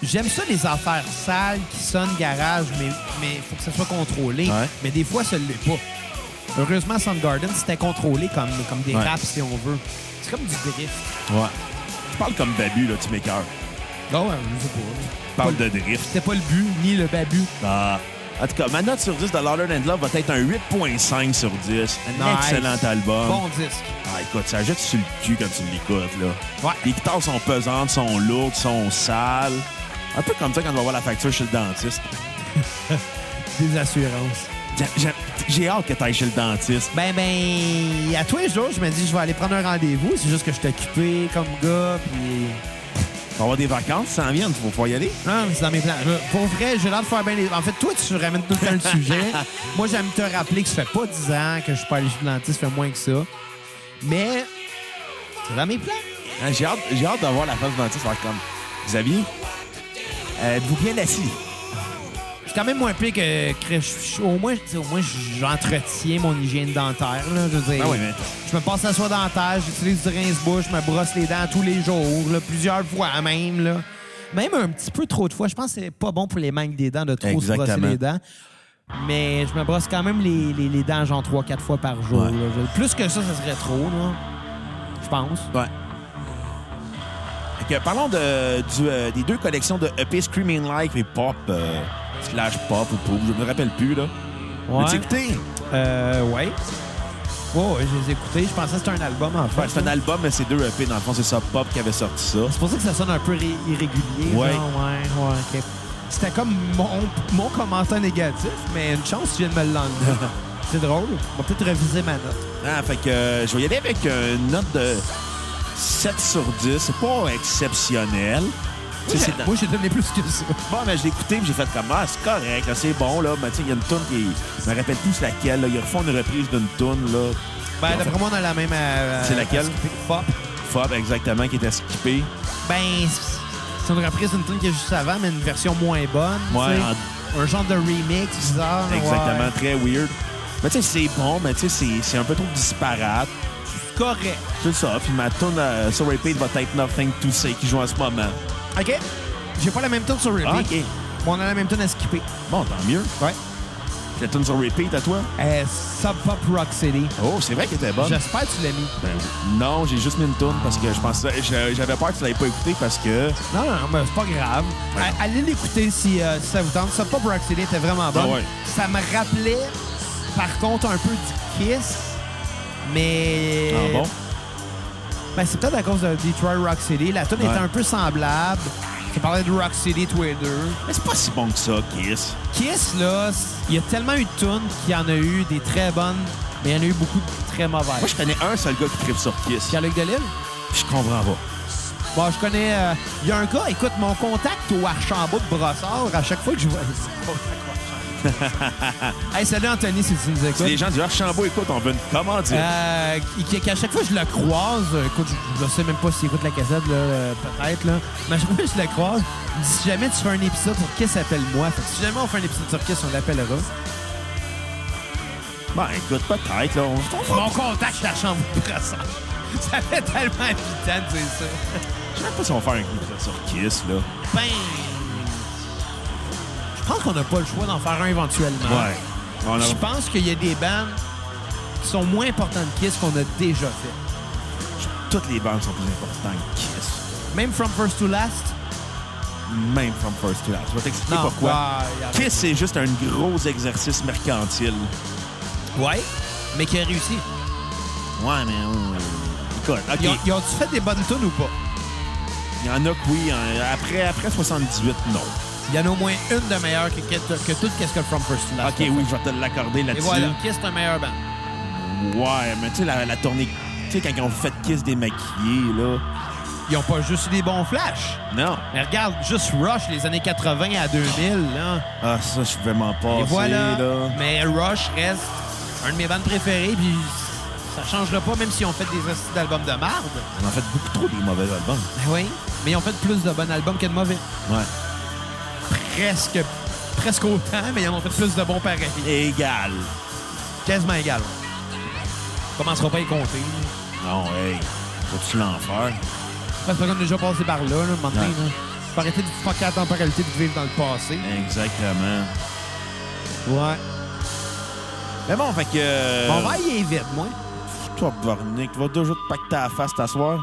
S2: J'aime ça, les affaires sales qui sonnent garage, mais mais faut que ça soit contrôlé.
S1: Ouais.
S2: Mais des fois, ça ne l'est pas. Heureusement, Soundgarden, c'était contrôlé comme, comme des
S1: Ouais.
S2: raps, si on veut. C'est comme du drift.
S1: Ouais. Tu parles comme Babu, là, tu m'écœures. Ah
S2: Non, je sais pas.
S1: Tu parles de drift.
S2: C'était pas le but, ni le babu.
S1: Ah. En tout cas, ma note sur 10 de Louder Than Love va être un 8.5 sur 10. Un
S2: Nice.
S1: excellent album.
S2: Bon disque.
S1: Ah, écoute, ça jette sur le cul quand tu l'écoutes, là.
S2: Ouais.
S1: Les guitares sont pesantes, sont lourdes, sont sales. Un peu comme ça quand on va voir la facture chez le dentiste.
S2: Des assurances.
S1: J'ai- j'ai- J'ai hâte que t'ailles chez le dentiste.
S2: Ben, ben, à tous les jours, je me dis, je vais aller prendre un rendez-vous. C'est juste que je suis occupé comme gars, puis...
S1: On va avoir des vacances, ça en vient, faut faut y aller.
S2: Non, mais c'est dans mes plans. Je- Pour vrai, j'ai l'air de faire bien les... En fait, toi, tu ramènes tout le
S1: [LAUGHS]
S2: temps le sujet. Moi, j'aime te rappeler que ça fait pas 10 ans que je suis pas allé chez le dentiste, ça fait moins que ça. Mais c'est dans mes plans.
S1: Hein, J'ai hâte, j'ai hâte d'avoir la face du dentiste faire comme Xavier, euh, êtes-vous bien assis?
S2: Je suis quand même moins pire que... que je- au moins, au moins j'entretiens mon hygiène dentaire. Là, je veux dire,
S1: Ah oui, mais
S2: Je me passe la soie dentaire, j'utilise du rince-bouche, je me brosse les dents tous les jours, là, plusieurs fois même. Là. Même un petit peu trop de fois. Je pense que c'est pas bon pour les manques des dents de trop se brosser
S1: Exactement.
S2: les dents. Mais je me brosse quand même les, les- les dents genre 3-4 fois par jour.
S1: Ouais.
S2: là. Je- Plus que ça, ça serait trop, là. Je pense.
S1: Ouais. Fait que parlons de, du, euh, des deux collections de EP Screaming Like et Pop, euh, slash Pop ou Pop, je me rappelle plus, là. Mais tu écouté?
S2: Euh, ouais. Ouais, ouais, je les ai écoutés. Je pensais que c'était un album en fait.
S1: Ouais, c'est un album, mais c'est deux EP. Dans le fond, c'est ça, Pop, qui avait sorti ça.
S2: C'est pour ça que ça sonne un peu ré- irrégulier.
S1: Ouais.
S2: genre, ouais, ouais, ok. C'était comme mon, mon commentaire négatif, mais une chance, tu viens de me l'enlever.
S1: [LAUGHS]
S2: C'est drôle. On va peut-être réviser ma note.
S1: Ah, fait que euh, je vais y aller avec une note de 7 sur 10. C'est pas exceptionnel. Tu sais, c'est dans-
S2: Moi, j'ai donné plus que ça.
S1: Bon, mais je l'ai écouté puis j'ai fait comme Ah, c'est correct, là, c'est bon, là. Mais tu sais, il y a une toune qui. Je me rappelle plus laquelle, là. Ils refont une reprise d'une toune, là.
S2: Ben, d'après moi, on a la même euh, à- à-
S1: C'est laquelle?
S2: à skipper. Pop.
S1: Fob, exactement, qui était skippée.
S2: Ben, c'est- c'est une reprise d'une tune qui est juste avant, mais une version moins bonne.
S1: Ouais,
S2: tu sais. Un genre de remix bizarre. Ah ouais.
S1: Exactement, très weird. Mais tu sais, c'est bon, mais tu sais, c'est- c'est un peu trop disparate.
S2: C'est Correct.
S1: C'est ça. Puis ma toune euh, sur repeat va être Nothing to Say qui joue en ce moment.
S2: OK. J'ai pas la même tune sur repeat.
S1: Ah, OK.
S2: Mais on a la même tune à skipper.
S1: Bon, tant mieux.
S2: Ouais.
S1: La toune sur repeat à toi?
S2: Euh, Sub Pop Rock City.
S1: Oh, c'est vrai qu'elle était bonne.
S2: J'espère que tu l'as mis.
S1: Ben, non, j'ai juste mis une toune parce que je pensais. je- J'avais peur que tu l'avais pas écouté parce que.
S2: Non, non, non, mais c'est pas grave. A- Allez l'écouter si, euh, si ça vous tente. Ça, pas Brock City était vraiment bon.
S1: Ah ouais.
S2: Ça me rappelait, par contre, un peu du Kiss, mais...
S1: Ah bon?
S2: Ben, c'est peut-être à cause de Detroit Rock City. La tune
S1: Ouais.
S2: était un peu semblable. Ça parlait de Rock City tous les deux.
S1: Mais c'est pas si bon que ça, Kiss.
S2: Kiss, là, c- il y a tellement eu de tunes qu'il y en a eu des très bonnes, mais il y en a eu beaucoup de très mauvaises.
S1: Moi, je connais un seul gars qui tripe sur Kiss.
S2: Pierre-Luc Delisle?
S1: Je comprends pas.
S2: Bon, je connais. euh, Il y a un gars, écoute, mon contact au Archambault de Brossard, à chaque fois que je vois. hey, salut Anthony, si tu nous
S1: Si les
S2: écoutes.
S1: gens du Archambault écoute, on veut une commande.
S2: Euh, qui- qu'à chaque fois que je le croise, euh, écoute, je, je sais même pas s'il écoute la cassette, là, euh, peut-être, là. Mais à chaque fois que je le croise, il me dit si jamais tu fais un épisode sur Kiss, appelle-moi. Fait que si jamais on fait un épisode sur Kiss, on l'appellera.
S1: Ben, écoute, peut-être, là. On...
S2: Mon contact, la chambre de Brossard. [LAUGHS] Ça fait tellement habitant de dire ça.
S1: Je sais même pas si on va faire un coup sur Kiss, là.
S2: Ben. Je pense qu'on n'a pas le choix d'en faire un éventuellement.
S1: On a-
S2: Ah. Je pense qu'il y a des bandes qui sont moins importantes que Kiss qu'on a déjà fait.
S1: Toutes les bandes sont plus importantes que Kiss.
S2: Même From First to Last.
S1: Même From First to Last. Je vais t'expliquer pourquoi.
S2: bah, y a-
S1: Kiss, c'est juste un gros exercice mercantile.
S2: Ouais, mais qui a réussi.
S1: Ouais, mais. euh, Écoute, OK.
S2: Ils ont- Ils ont-tu fait des bonnes tunes ou pas?
S1: Il y en a que oui. hein. Après, après 78, non.
S2: Il y en a au moins une de meilleure que, que, que tout ce que From First to Last.
S1: OK, oui, je vais te l'accorder
S2: Et
S1: là-dessus.
S2: voilà, Kiss est un meilleur band.
S1: Ouais, mais tu sais, la, la tournée. Tu sais, quand ils ont fait Kiss démaquillé, là.
S2: Ils ont pas juste eu des bons flashs.
S1: Non.
S2: Mais regarde, juste Rush, les années 80 à 2000, là.
S1: Ah, ça, je suis vraiment pas.
S2: Et voilà.
S1: là.
S2: Mais Rush reste un de mes bandes préférées, puis ça changera pas, même si on fait des hosties d'albums de marde.
S1: On en fait beaucoup trop des mauvais albums.
S2: Ben oui. Mais ils ont fait plus de bons albums que de mauvais.
S1: Ouais.
S2: Presque, presque autant, mais ils en ont fait plus de bons pareil.
S1: Égal.
S2: Quasiment égal. ouais. On commencera pas à y compter.
S1: Non, hey. Faut-tu l'enfer?
S2: Parce qu'on a déjà passé par là, là, un moment donné,
S1: Ouais.
S2: là. Faut arrêter de fucker la temporalité de vivre dans le passé.
S1: Exactement.
S2: Ouais.
S1: Mais bon, fait que. euh,
S2: Mon verre, il est vide, moi.
S1: Toi, Barnick, tu vas deux jours te pacter à la face t'asseoir.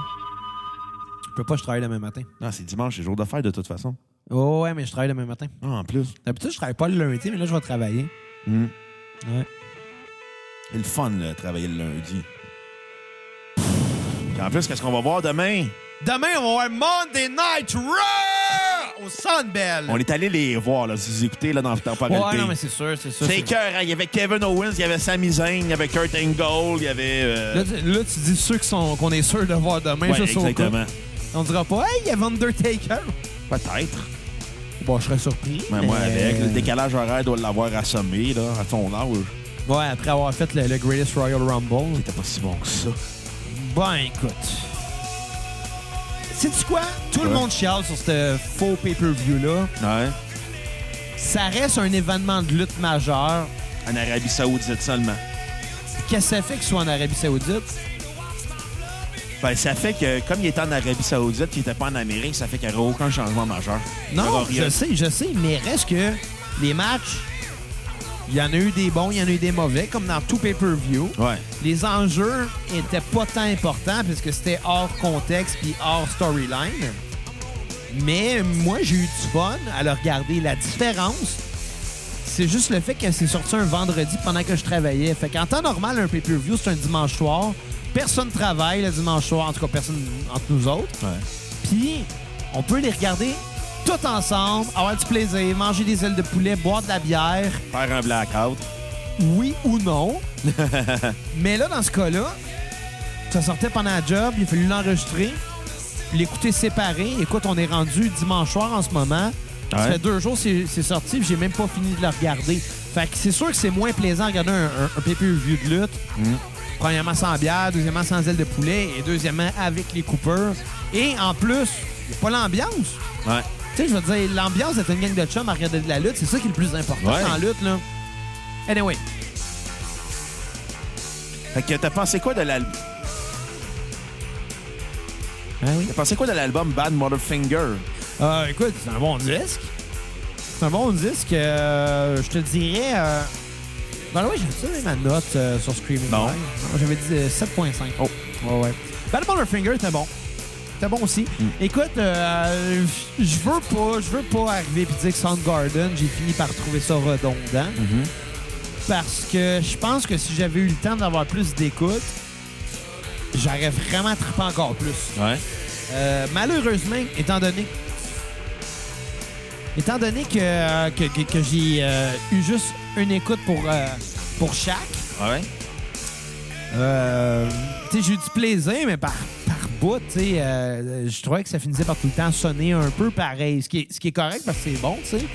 S2: Je peux pas, je travaille demain matin.
S1: Non, c'est dimanche, c'est jour de fête de toute façon.
S2: Oh, ouais, mais je travaille demain matin.
S1: Ah, en plus.
S2: D'habitude, je travaille pas le lundi, mais là, je vais travailler.
S1: Hmm.
S2: Ouais.
S1: C'est le fun, là, de travailler le lundi. Puis en plus, qu'est-ce qu'on va voir demain?
S2: Demain, on va avoir Monday Night Raw au Sandbell.
S1: On est allé les voir, là, si vous écoutez, là, dans la temporalité.
S2: Ouais, non, mais c'est sûr, c'est sûr.
S1: c'est
S2: c'est-
S1: écœurant. Il y avait Kevin Owens, il y avait Sami Zayn, il y avait Kurt Angle, il y avait... euh,
S2: Là, tu, là, tu dis ceux qui sont- qu'on est sûr de voir demain,
S1: ouais,
S2: juste au
S1: exactement.
S2: cas. On dira pas, hey, il y avait Undertaker.
S1: Peut-être.
S2: Bon, je serais surpris.
S1: Mais moi,
S2: mais-
S1: avec, le décalage horaire doit l'avoir assommé, là, à son âge.
S2: Ouais, après avoir fait le, le Greatest Royal Rumble.
S1: C'était pas si bon que ça.
S2: Ben, écoute. Sais-tu quoi? Tout le
S1: Ouais.
S2: monde chiale sur ce faux pay-per-view-là.
S1: Ouais.
S2: Ça reste un événement de lutte majeur.
S1: En Arabie Saoudite seulement.
S2: Qu'est-ce que ça fait qu'il soit en Arabie Saoudite?
S1: Ben, ça fait que, comme il était en Arabie Saoudite puis il était pas en Amérique, ça fait qu'il n'y aurait aucun changement majeur. Il y
S2: Non,
S1: aura rien.
S2: je sais, je sais, mais reste que les matchs, il y en a eu des bons, il y en a eu des mauvais, comme dans tout pay-per-view.
S1: Ouais.
S2: Les enjeux étaient pas tant importants puisque c'était hors contexte puis hors storyline. Mais moi, j'ai eu du fun à le regarder. La différence, c'est juste le fait que c'est sorti un vendredi pendant que je travaillais. Fait qu'en temps normal, un pay-per-view, c'est un dimanche soir. Personne travaille le dimanche soir, en tout cas personne entre nous autres.
S1: Ouais.
S2: Puis, on peut les regarder tout ensemble, avoir du plaisir, manger des ailes de poulet, boire de la bière,
S1: Faire un blackout.
S2: oui ou non. [LAUGHS] Mais là, dans ce cas-là, ça sortait pendant la job, il a fallu l'enregistrer, l'écouter séparé. Écoute, on est rendu dimanche soir en ce moment. Ça
S1: Ouais.
S2: fait deux jours c'est c'est sorti, puis j'ai même pas fini de le regarder. Fait que c'est sûr que c'est moins plaisant de regarder un, un, un pay-per-view de lutte.
S1: Mm.
S2: Premièrement sans bière, deuxièmement sans ailes de poulet, et deuxièmement avec les coupeurs. Et en plus, y a pas l'ambiance.
S1: Ouais.
S2: Tu sais, je veux dire, l'ambiance d'être une gang de chums à regarder de la lutte, c'est ça qui est le plus important
S1: Ouais.
S2: en lutte, là. Anyway,
S1: Fait que t'as pensé quoi de l'album?
S2: ben oui.
S1: T'as pensé quoi de l'album Bad Motherfinger?
S2: Euh, écoute, c'est un bon disque. C'est un bon disque. euh, je te dirais. Euh... Ben oui, j'ai donné ma note euh, sur Screaming
S1: Non.
S2: Live. J'avais dit euh, 7.5.
S1: Oh.
S2: Ouais, ouais. Bad Finger était bon. C'était bon aussi. Écoute, euh, je veux pas, je veux pas arriver et dire que Soundgarden, j'ai fini par trouver ça redondant. Parce que je pense que si j'avais eu le temps d'avoir plus d'écoute, j'aurais vraiment trippé encore plus.
S1: Ouais.
S2: Euh, malheureusement, étant donné étant donné que, euh, que, que- que j'ai euh, eu juste une écoute pour, euh, pour chaque,
S1: Ah Ouais.
S2: euh, tu sais, j'ai eu du plaisir, mais par, par bout, tu sais, euh, je trouvais que ça finissait par tout le temps sonner un peu pareil, ce qui est, ce qui est correct parce que c'est bon, tu sais.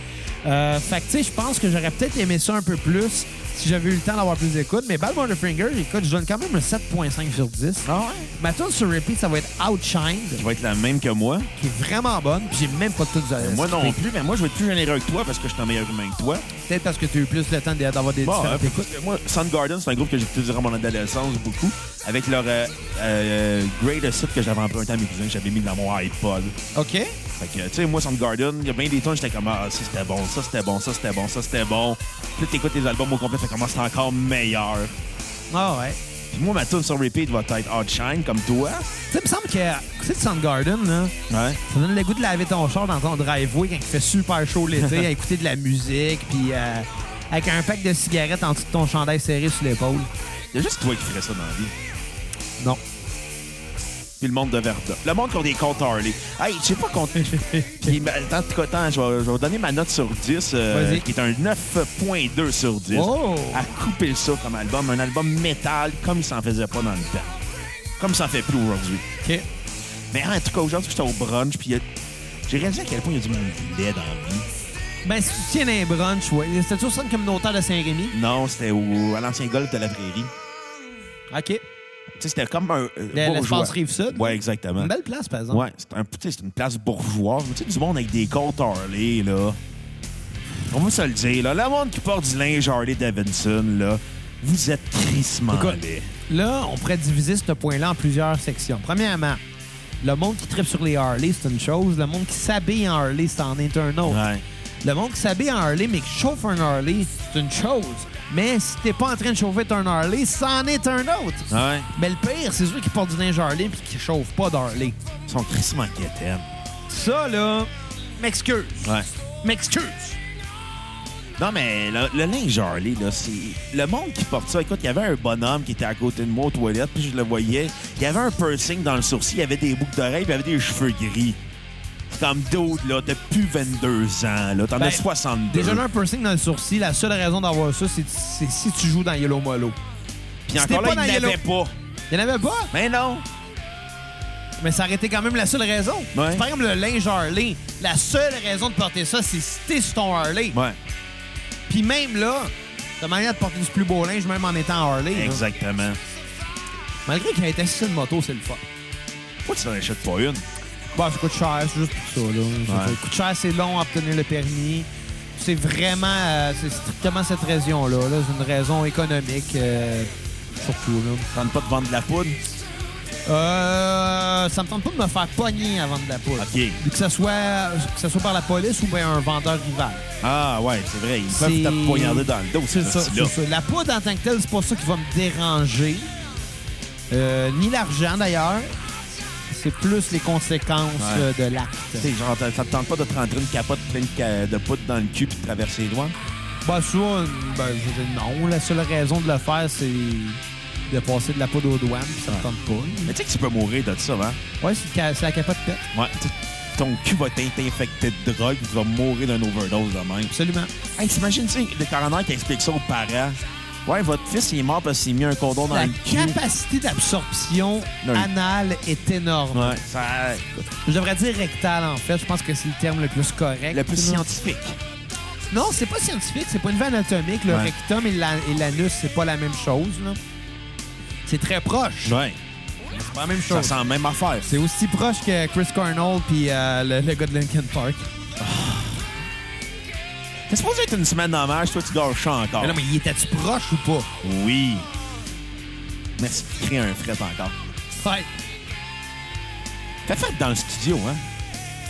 S2: Euh, fait que, tu sais, je pense que j'aurais peut-être aimé ça un peu plus si j'avais eu le temps d'avoir plus d'écoute. Mais Bad Finger, écoute, je donne quand même un 7.5 sur 10.
S1: Ah ouais?
S2: Ma tune sur repeat, ça va être Outshined
S1: Tu vas être la même que moi.
S2: qui est vraiment bonne, puis j'ai même pas tout euh,
S1: Moi non
S2: skippé.
S1: plus, mais moi je vais être plus généreux que toi parce que je suis un meilleur humain que toi.
S2: Peut-être parce que tu as eu plus le temps de- d'avoir des
S1: Bon, hein,
S2: différentes
S1: parce
S2: écoutes.
S1: que moi, Soundgarden, c'est un groupe que j'ai écouté durant mon adolescence beaucoup, avec leur euh, euh, Greatest Hit que j'avais emprunté à mes cousins, que j'avais mis dans mon iPod.
S2: OK.
S1: Fait que, tu sais, moi, Soundgarden, il y a bien des tunes, j'étais comme, ah, ça c'était bon, ça c'était bon, ça c'était bon, ça c'était bon. Puis là, t'écoutes les albums au complet, ça commence encore meilleur.
S2: Ah ouais.
S1: Puis moi, ma tune sur repeat va être Outshine, comme toi.
S2: Tu sais, il me semble que, tu sais, de Soundgarden, là,
S1: Ouais.
S2: ça donne le goût de laver ton char dans ton driveway quand il fait super chaud l'été, à écouter de la musique, puis euh, avec un pack de cigarettes en dessous de ton chandail serré sur l'épaule.
S1: Il y a juste toi qui ferais ça dans la vie.
S2: Non.
S1: Puis le monde de Verda. Le monde qui a des comptes Harley. Hey, je sais pas
S2: [LAUGHS]
S1: compte. Puis, ben, attends, attends, attends, je vais, je vais donner ma note sur 10, euh,
S2: Vas-y.
S1: qui est un 9.2 sur 10.
S2: Oh!
S1: À couper ça comme album, un album métal comme il s'en faisait pas dans le temps. Comme il s'en fait plus aujourd'hui.
S2: OK.
S1: Mais en tout cas, aujourd'hui, j'étais au brunch, puis il y a- j'ai réalisé à quel point il y a du monde laid dans la vie.
S2: Ben, si tu tiens un brunch, ouais. C'était sur scène communautaire de Saint-Rémy.
S1: Non, c'était au- à l'ancien golf de la prairie.
S2: OK.
S1: Tu sais, c'était comme un. euh,
S2: L'espace
S1: bourgeois.
S2: Rive-Sud.
S1: Ouais, exactement.
S2: Une belle place, par exemple.
S1: Ouais, c'est un, tu sais, c'est une place bourgeoise. mais Tu sais, du monde avec des comptes Harley, là. On va se le dire, là. Le monde qui porte du linge Harley Davidson, là, vous êtes crissement
S2: Écoute.
S1: laid.
S2: Là, on pourrait diviser ce point-là en plusieurs sections. Premièrement, Le monde qui tripe sur les Harley, c'est une chose. Le monde qui s'habille en Harley, c'en est un autre.
S1: Ouais.
S2: Le monde qui s'habille en Harley, mais qui chauffe un Harley, c'est une chose. Mais si t'es pas en train de chauffer ton Harley, c'en est un autre.
S1: Ouais.
S2: Mais le pire, c'est ceux qui portent du linge Harley puis qui chauffent pas d'Harley.
S1: Ils sont tristement inquiétants.
S2: Ça, là, m'excuse.
S1: Ouais.
S2: M'excuse.
S1: Non, mais le, le linge Harley, là, c'est. Le monde qui porte ça, écoute, il y avait un bonhomme qui était à côté de moi aux toilettes, puis je le voyais. Il avait un piercing dans le sourcil, il avait des boucles d'oreilles, puis il avait des cheveux gris. C'est comme d'autres, là, t'as plus 22 ans, là. T'en
S2: Ben,
S1: as 62.
S2: Déjà, là, un piercing dans le sourcil, la seule raison d'avoir ça, c'est c'est si tu joues dans Yellow Molo.
S1: Puis
S2: c'était
S1: encore là,
S2: pas
S1: il
S2: dans
S1: n'avait pas.
S2: Il n'y en avait pas,
S1: Mais non.
S2: mais ça aurait été quand même la seule raison.
S1: Ouais.
S2: C'est par exemple le linge Harley. La seule raison de porter ça, c'est si t'es sur ton Harley.
S1: Ouais.
S2: Puis même là, ta manière de porter du plus beau linge, même en étant Harley. là.
S1: Exactement.
S2: Malgré qu'il ait été assis sur une moto, c'est le fun.
S1: Pourquoi tu n'en achètes pas une?
S2: Bah, ça coûte cher, c'est juste pour ça. Là. Ça
S1: Ouais.
S2: coûte cher, c'est long à obtenir le permis. C'est vraiment, euh, c'est strictement cette raison-là. là. C'est une raison économique, euh, surtout. Là.
S1: Tente pas de vendre de la poudre?
S2: Euh, ça me tente pas de me faire pogner avant de la poudre.
S1: OK.
S2: Puis Que ce soit, que ce soit par la police ou bien un vendeur rival.
S1: Ah, ouais, c'est vrai. Ils
S2: C'est-
S1: peuvent te poignarder dans le dos,
S2: C'est ça,
S1: Ah, là
S2: c'est ça. La poudre en tant que telle, c'est pas ça qui va me déranger. Euh, ni l'argent d'ailleurs. C'est plus les conséquences
S1: Ouais.
S2: euh, de l'acte.
S1: C'est genre, ça te tente pas de te rentrer une capote pleine de ca- de poudre dans le cul puis de traverser les doigts?
S2: Bah, ça, ben, je veux dire, non. La seule raison de le faire, c'est de passer de la poudre aux douanes, puis ça ne
S1: Ouais.
S2: tente
S1: Mais
S2: pas.
S1: tu sais que tu peux mourir de ça, hein?
S2: Ouais, c'est le ca- c'est la capote pète.
S1: Ouais. tu- Ton cul va être infecté de drogue, tu vas mourir d'un overdose de même.
S2: Absolument.
S1: Hey, t'imagines, tu sais, le coroner qui explique ça aux parents. Ouais, votre fils, il est mort parce qu'il a mis un condom dans
S2: la
S1: le cul.
S2: capacité d'absorption
S1: Non.
S2: anale est énorme.
S1: Ouais, ça,
S2: Je devrais dire rectale, en fait. Je pense que c'est le terme le plus correct.
S1: le plus
S2: Non.
S1: scientifique.
S2: Non, c'est pas scientifique, c'est pas une veine anatomique. Le
S1: Ouais.
S2: rectum et la- et l'anus, c'est pas la même chose. là. C'est très proche.
S1: Ouais.
S2: C'est pas la même
S1: Ça
S2: chose.
S1: sent la même affaire.
S2: C'est aussi proche que Chris Cornell puis euh, le, le gars de Linkin Park.
S1: T'es supposé être une semaine d'hommage, toi, tu gâches ça encore.
S2: Mais non, mais il était-tu proche ou pas?
S1: Oui. Merci de créer un fret encore.
S2: Ouais.
S1: T'as fait dans le studio, hein?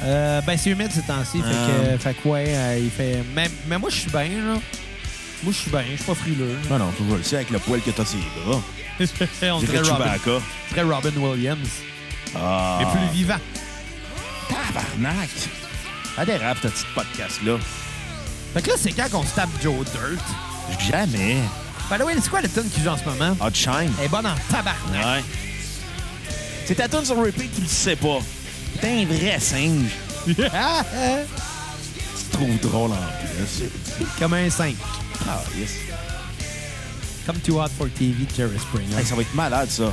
S2: Euh, ben, c'est humide ces temps-ci. Fait, que,
S1: Euh.
S2: fait que, ouais, euh, il fait. Mais, mais moi, je suis bien, là. Moi, je suis bien. Je suis pas frileux. là.
S1: Non, non, tu vois, le sais, avec le poil que t'as sur les bras.
S2: [LAUGHS] On
S1: Je dirais
S2: dirait Robin,
S1: Chewbacca.
S2: on dirait Robin Williams.
S1: Ah.
S2: Mais plus vivant.
S1: Tabarnak! Ça dérape, ce petit podcast-là.
S2: Fait que là, c'est quand qu'on se tape Joe Dirt.
S1: Jamais. Ah,
S2: By the way, c'est quoi le tune qui joue en ce moment?
S1: Hot shine.
S2: Elle est bonne en tabarnak.
S1: Ouais. C'est ta tune sur repeat, tu le sais pas. T'es un vrai singe.
S2: Ah, ah.
S1: Tu te trouves drôle en plus.
S2: Comme un 5.
S1: Ah, yes.
S2: Comme Too Hot for TV de Jerry Springer.
S1: Hey, ça va être malade, ça.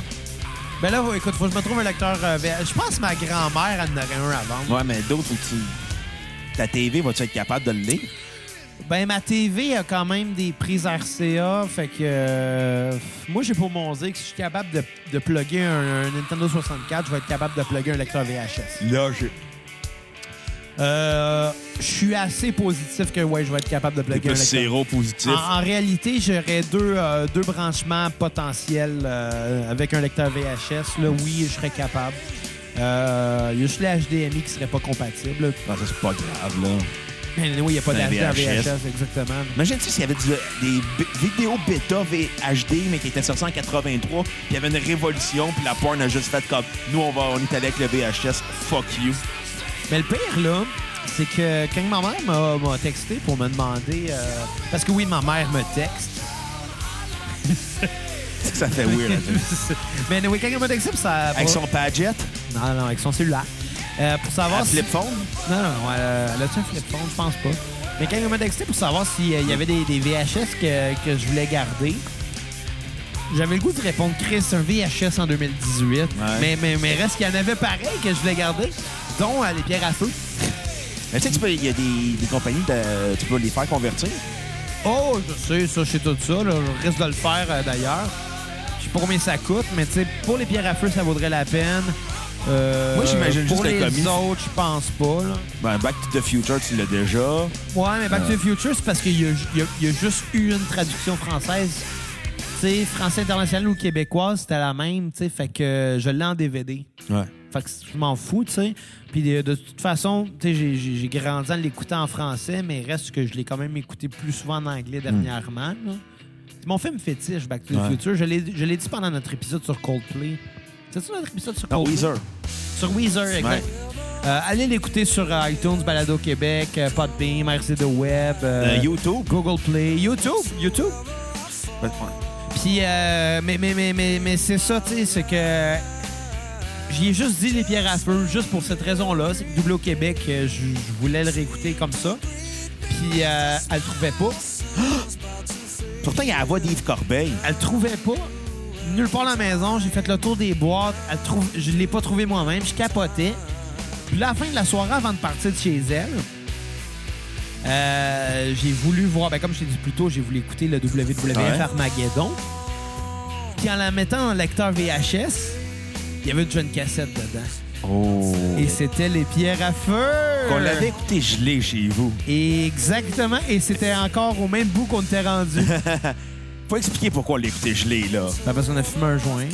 S2: Ben là, écoute, faut que je me trouve un lecteur euh, VHS. Je pense que ma grand-mère, elle en aurait un à vendre.
S1: Ouais, mais d'autres, faut que tu... Ta TV, vas-tu être capable de le lire?
S2: Ben, ma TV a quand même des prises RCA. Fait que euh, moi, j'ai pour mon dire que si je suis capable de, de plugger un, un Nintendo 64, je vais être capable de plugger un lecteur VHS.
S1: Là, j'ai...
S2: Euh, je suis assez positif que ouais, je vais être capable de plugger un lecteur. En,
S1: séropositif.
S2: en réalité, j'aurais deux, euh, deux branchements potentiels euh, avec un lecteur VHS. Là, oui, je serais capable. Euh, Il y a juste les HDMI qui serait pas compatible.
S1: Non, Ah, ça, c'est pas grave, là.
S2: Mais oui, il n'y a pas de
S1: Un
S2: HDMI en
S1: VHS.
S2: VHS, exactement.
S1: Imagine-tu s'il y avait du- des b- vidéos bêta VHD, mais qui étaient sorties en 83, puis il y avait une révolution, puis la porn a juste fait comme nous, on, va, on est allé avec le VHS, fuck you.
S2: Mais le pire, là, c'est que quand ma mère m'a- m'a texté pour me demander. euh, parce que oui, ma mère me texte. [LAUGHS]
S1: Ça fait weird. là, tu sais.
S2: Mais oui, quand elle m'a texté, pour ça.
S1: avec son Padgett,
S2: Non, non, avec son cellulaire. Euh, pour savoir
S1: à
S2: si-
S1: flip phone.
S2: Non, non, non. Elle, a- elle a-tu un flip phone? Je pense pas. Mais quand elle m'a texté pour savoir s'il euh, y avait des, des VHS que, que je voulais garder, j'avais le goût de répondre Chris, un VHS en 2018. Mais, mais, mais reste qu'il y en avait pareil que je voulais garder, dont euh, les pierres à feu.
S1: Mais tu sais, tu peux- il y a des, des compagnies, de, tu peux les faire convertir.
S2: Oh, je sais, ça, je sais tout ça. là. Je risque de le faire euh, d'ailleurs. Je sais pas combien ça coûte, mais tu sais, pour les pierres à feu, ça vaudrait la peine. Euh,
S1: Moi, j'imagine
S2: Pour
S1: juste le
S2: les
S1: commis.
S2: autres, je pense pas. là.
S1: Ben, Back to the Future, tu l'as déjà.
S2: Ouais, mais Back
S1: Euh.
S2: to the Future, c'est parce qu'il y, a ju- il y a- il y a juste eu une traduction française. Tu sais, français international ou québécoise, c'était la même, tu sais, fait que euh, je l'ai en DVD.
S1: Ouais.
S2: Fait que je m'en fous, tu sais. Puis de, de toute façon, tu sais, j'ai- j'ai j'ai grandi en l'écoutant en français, mais reste que je l'ai quand même écouté plus souvent en anglais dernièrement. là. C'est mon film fétiche, Back to the
S1: Ouais.
S2: Future. Je l'ai je l'ai dit pendant notre épisode sur Coldplay. C'est-tu notre épisode sur
S1: Non,
S2: Coldplay?
S1: Weezer.
S2: Sur Weezer, exact. Euh, allez l'écouter sur euh, iTunes, Balado Québec, euh, Podbeam, RCD Web,
S1: Euh,
S2: euh,
S1: YouTube.
S2: Google Play, YouTube, YouTube.
S1: Ben, ouais.
S2: Puis, euh, mais, mais, mais, mais, mais c'est ça, tu sais, c'est que. J'y ai juste dit les pierres à feu, juste pour cette raison-là. C'est que Double au Québec, euh, je je voulais le réécouter comme ça. Puis, euh, elle le trouvait pas.
S1: Pourtant, il y a la voix d'Yves Corbeil.
S2: Elle le trouvait pas. Nulle part à la maison, j'ai fait le tour des boîtes. Elle trouve... Je l'ai pas trouvé moi-même, je capotais. Puis là, à la fin de la soirée, avant de partir de chez elle, euh, j'ai voulu voir, ben, comme je t'ai dit plus tôt, j'ai voulu écouter le WWF
S1: Ouais.
S2: Armageddon. Puis en la mettant en lecteur VHS, il y avait déjà une cassette dedans.
S1: Oh.
S2: Et c'était les pierres à feu!
S1: Qu'on l'avait écouté gelé chez vous.
S2: Exactement, et c'était encore au même bout qu'on était
S1: [LAUGHS]
S2: rendu.
S1: Faut expliquer pourquoi on l'a écouté gelé, là.
S2: Ben, parce qu'on a fumé un joint.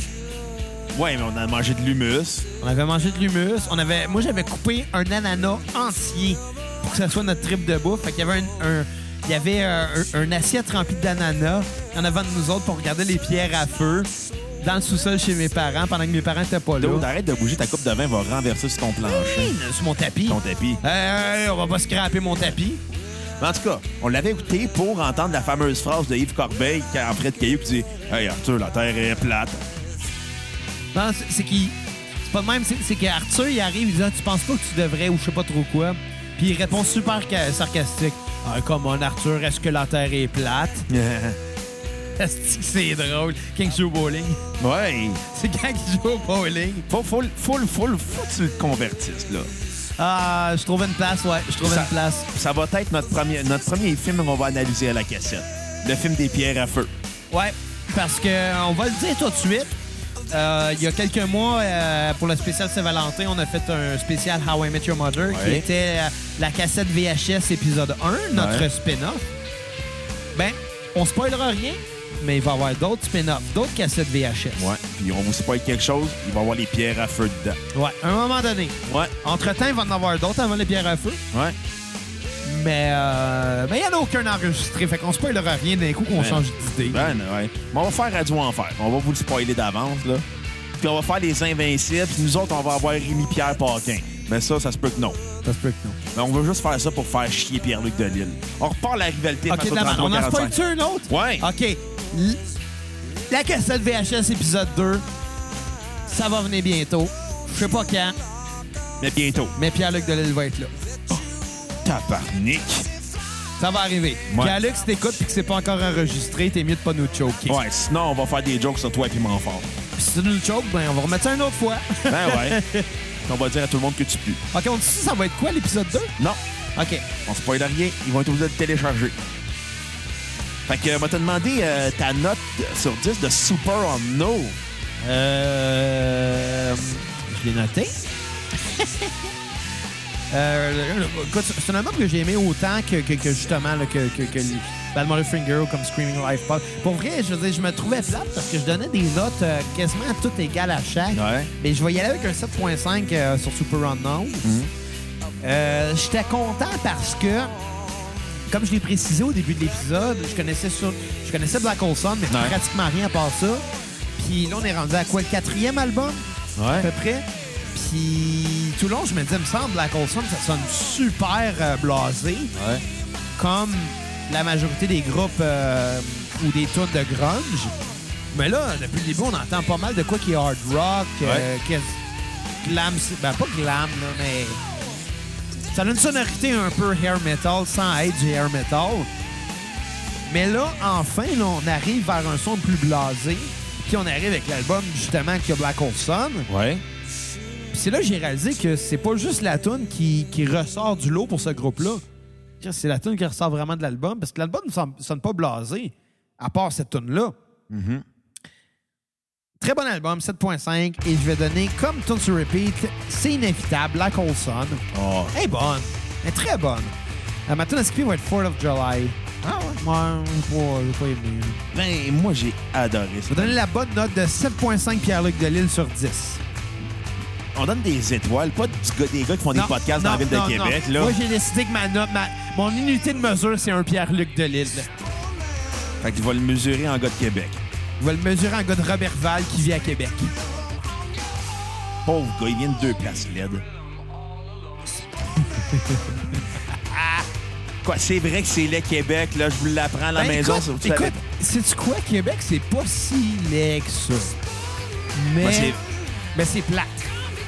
S1: Ouais, mais on a mangé de l'humus.
S2: On avait mangé de l'humus. On avait, moi, j'avais coupé un ananas entier pour que ça soit notre trip de bouffe. Fait qu'il y avait un, un- il y avait euh, un, un assiette remplie d'ananas en avant de nous autres pour regarder les pierres à feu dans le sous-sol chez mes parents pendant que mes parents étaient pas là.
S1: Dude, arrête de bouger, ta coupe de vin va renverser sur ton plancher.
S2: Hey, Sur mon tapis.
S1: Ton tapis.
S2: Hey, hey, on va pas scraper mon tapis.
S1: Mais en tout cas, on l'avait écouté pour entendre la fameuse phrase de Yves Corbeil qui en Fred Caillou qui dit Hey Arthur, la terre est [LAUGHS] plate.
S2: Non, c'est- c'est qu'il. C'est pas de même, c'est c'est qu'Arthur, il arrive, il dit Ah, Tu penses pas que tu devrais ou je sais pas trop quoi. Puis il répond super ca- sarcastique Ah, Come on, Arthur, est-ce que la terre est plate
S1: ouais.
S2: [LAUGHS] Asti que c'est drôle. Quand il joue au bowling. [LAUGHS] C'est quand il joue au bowling.
S1: Faut, faut, faut, faut, faut que tu le convertisses, là.
S2: Ah, je trouvais une place, ouais. Je trouvais
S1: Ça-
S2: une place.
S1: Ça va être notre premier, notre premier film qu'on va analyser à la cassette. Le film des pierres à feu.
S2: Ouais, parce que euh, on va le dire tout de suite. Euh, il y a quelques mois, euh, pour le spécial Saint-Valentin, on a fait un spécial How I Met Your Mother, qui
S1: Ouais.
S2: était euh, la cassette VHS épisode 1, notre
S1: Ouais.
S2: spin-off. Ben, on spoilera rien, mais il va y avoir d'autres spin-offs, d'autres cassettes VHS.
S1: Ouais. Puis on vous spoil quelque chose, il va y avoir les pierres à feu dedans.
S2: Ouais, à un moment donné.
S1: Ouais.
S2: Entre-temps, il va en avoir d'autres avant les pierres à feu.
S1: Ouais.
S2: Mais euh, ben, il n'y en a aucun enregistré. Fait qu'on spoilera rien d'un coup qu'on
S1: Ouais.
S2: change d'idée.
S1: Ben, ouais. Mais on va faire Radio Enfer. On va vous le spoiler d'avance, là. Puis on va faire les Invincibles. Puis nous autres, on va avoir Rémi-Pierre Paquin. Mais ça, ça se peut que non.
S2: Ça se peut que non.
S1: Mais on veut juste faire ça pour faire chier Pierre-Luc Delisle. On repart la rivalité
S2: OK,
S1: face au
S2: d'abord, on en Ah.
S1: 33-45.
S2: spoil-tu un autre?
S1: Ouais.
S2: OK. L- La cassette VHS épisode 2, ça va venir bientôt. Je sais pas quand,
S1: Mais bientôt.
S2: mais Pierre-Luc Delisle va être là.
S1: Tabarnak.
S2: Ça va arriver.
S1: Ouais.
S2: Pierre-Luc, si t'écoutes et que c'est pas encore enregistré, t'es mieux de pas nous choquer.
S1: Ouais, sinon, on va faire des jokes sur toi et puis Montfort.
S2: Puis si tu nous le choques, ben, on va remettre ça une autre fois. [LAUGHS]
S1: Ben ouais. on va dire à tout le monde que tu pues.
S2: OK, on dit ça, ça va être quoi l'épisode 2?
S1: Non,
S2: OK.
S1: on spoil rien. Ils vont être obligés de le télécharger. Fait que, m'a te demandé euh, ta note sur 10 de Super on No.
S2: Euh, je l'ai noté. Euh, le- le- écoute, c'est un album que j'ai aimé autant que, que- que justement là, que, que, que les Bad Mother Finger ou comme Screaming Life Pop. Pour vrai, je veux dire, je me trouvais plate parce que je donnais des notes euh, quasiment toutes égales à chaque.
S1: Ouais.
S2: Mais je vais y aller avec un 7.5 euh, sur Super Unknown. Euh, J'étais content parce que, comme je l'ai précisé au début de l'épisode, je connaissais sur, je connaissais Black Hole Sun, mais
S1: Ouais.
S2: pratiquement rien à part ça. Puis là, on est rendu à quoi? Le quatrième album, à peu
S1: Ouais.
S2: près? Puis tout le long, je me disais, il me semble, Black Hole Sun, ça sonne super euh, blasé,
S1: Ouais.
S2: comme la majorité des groupes euh, ou des tours de grunge. Mais là, depuis le début, on entend pas mal de quoi qui est hard rock, euh, qu'est- glam, ben pas glam, là, mais ça a une sonorité un peu hair metal sans être du hair metal. Mais là, enfin, là, on arrive vers un son plus blasé. Puis on arrive avec l'album, justement, qui a Black Hole Sun.
S1: Ouais.
S2: Puis c'est là que j'ai réalisé que c'est pas juste la tune qui, qui ressort du lot pour ce groupe-là. C'est la tune qui ressort vraiment de l'album, parce que l'album ne sonne- sonne pas blasé, à part cette tune-là. Mm-hmm. Très bon album, 7.5, et je vais donner, comme tune sur repeat, c'est inévitable, Black Hole Sun.
S1: Oh.
S2: Elle est bonne, elle est très bonne. Euh, ma tune à skipper va être 4 of July. Ah ouais? Ouais, j'ai pas, j'ai pas aimé.
S1: Ben, moi, j'ai adoré
S2: Je
S1: ça.
S2: vais donner la bonne note de 7.5 Pierre-Luc Delisle sur 10.
S1: on donne des étoiles, pas du gars- des gars qui font
S2: Non,
S1: des podcasts dans
S2: non,
S1: la ville
S2: non,
S1: de
S2: non.
S1: Québec. Là.
S2: Moi, j'ai décidé que ma note, ma- mon unité de mesure, c'est un Pierre-Luc Delisle.
S1: Fait qu'il va le mesurer en gars de Québec.
S2: Je vais le mesurer en gars de Robert Val qui vit à Québec.
S1: Pauvre gars, il vient de deux places LED.
S2: [LAUGHS]
S1: Ah! Quoi, c'est vrai que c'est le Québec, là, je vous l'apprends à la
S2: Ben,
S1: maison.
S2: écoute,
S1: ça, vous savez.
S2: écoute, sais-tu quoi? Québec, c'est pas si laid que ça. Mais,
S1: Ben, c'est-
S2: mais c'est plate.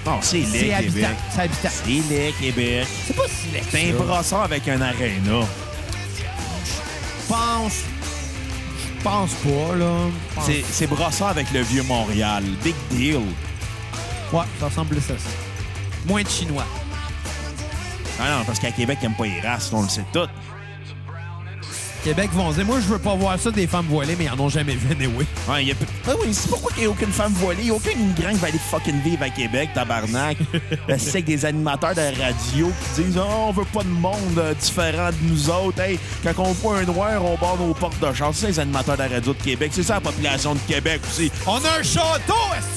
S1: Non, c'est le
S2: C'est habitant.
S1: Québec.
S2: C'est habitant.
S1: C'est Ben, le Québec.
S2: C'est pas si laid que ça.
S1: C'est un brassard avec un aréna.
S2: Je pense... Je pense pas, là. Je pense-
S1: C'est c'est brassard avec le vieux Montréal. Big deal.
S2: Ouais, ça ressemble plus à ça. Moins de Chinois.
S1: Ah non, parce qu'à Québec, ils n'aiment pas les races, on le sait tout.
S2: Québec vont dire, moi, je veux pas voir ça des femmes voilées, mais ils en ont jamais vu, anyway.
S1: Ouais, il y a peu- Ah oui, c'est pourquoi qu'il n'y a aucune femme voilée, il n'y a aucun immigrant qui va aller fucking vivre à Québec, [LAUGHS] tabarnak. Euh, c'est avec des animateurs de radio qui disent oh, on veut pas de monde euh, différent de nous autres. Hey, quand on voit un noir, on barre nos portes de chance. C'est ça, les animateurs de radio de Québec. C'est ça la population de Québec aussi.
S2: On a un château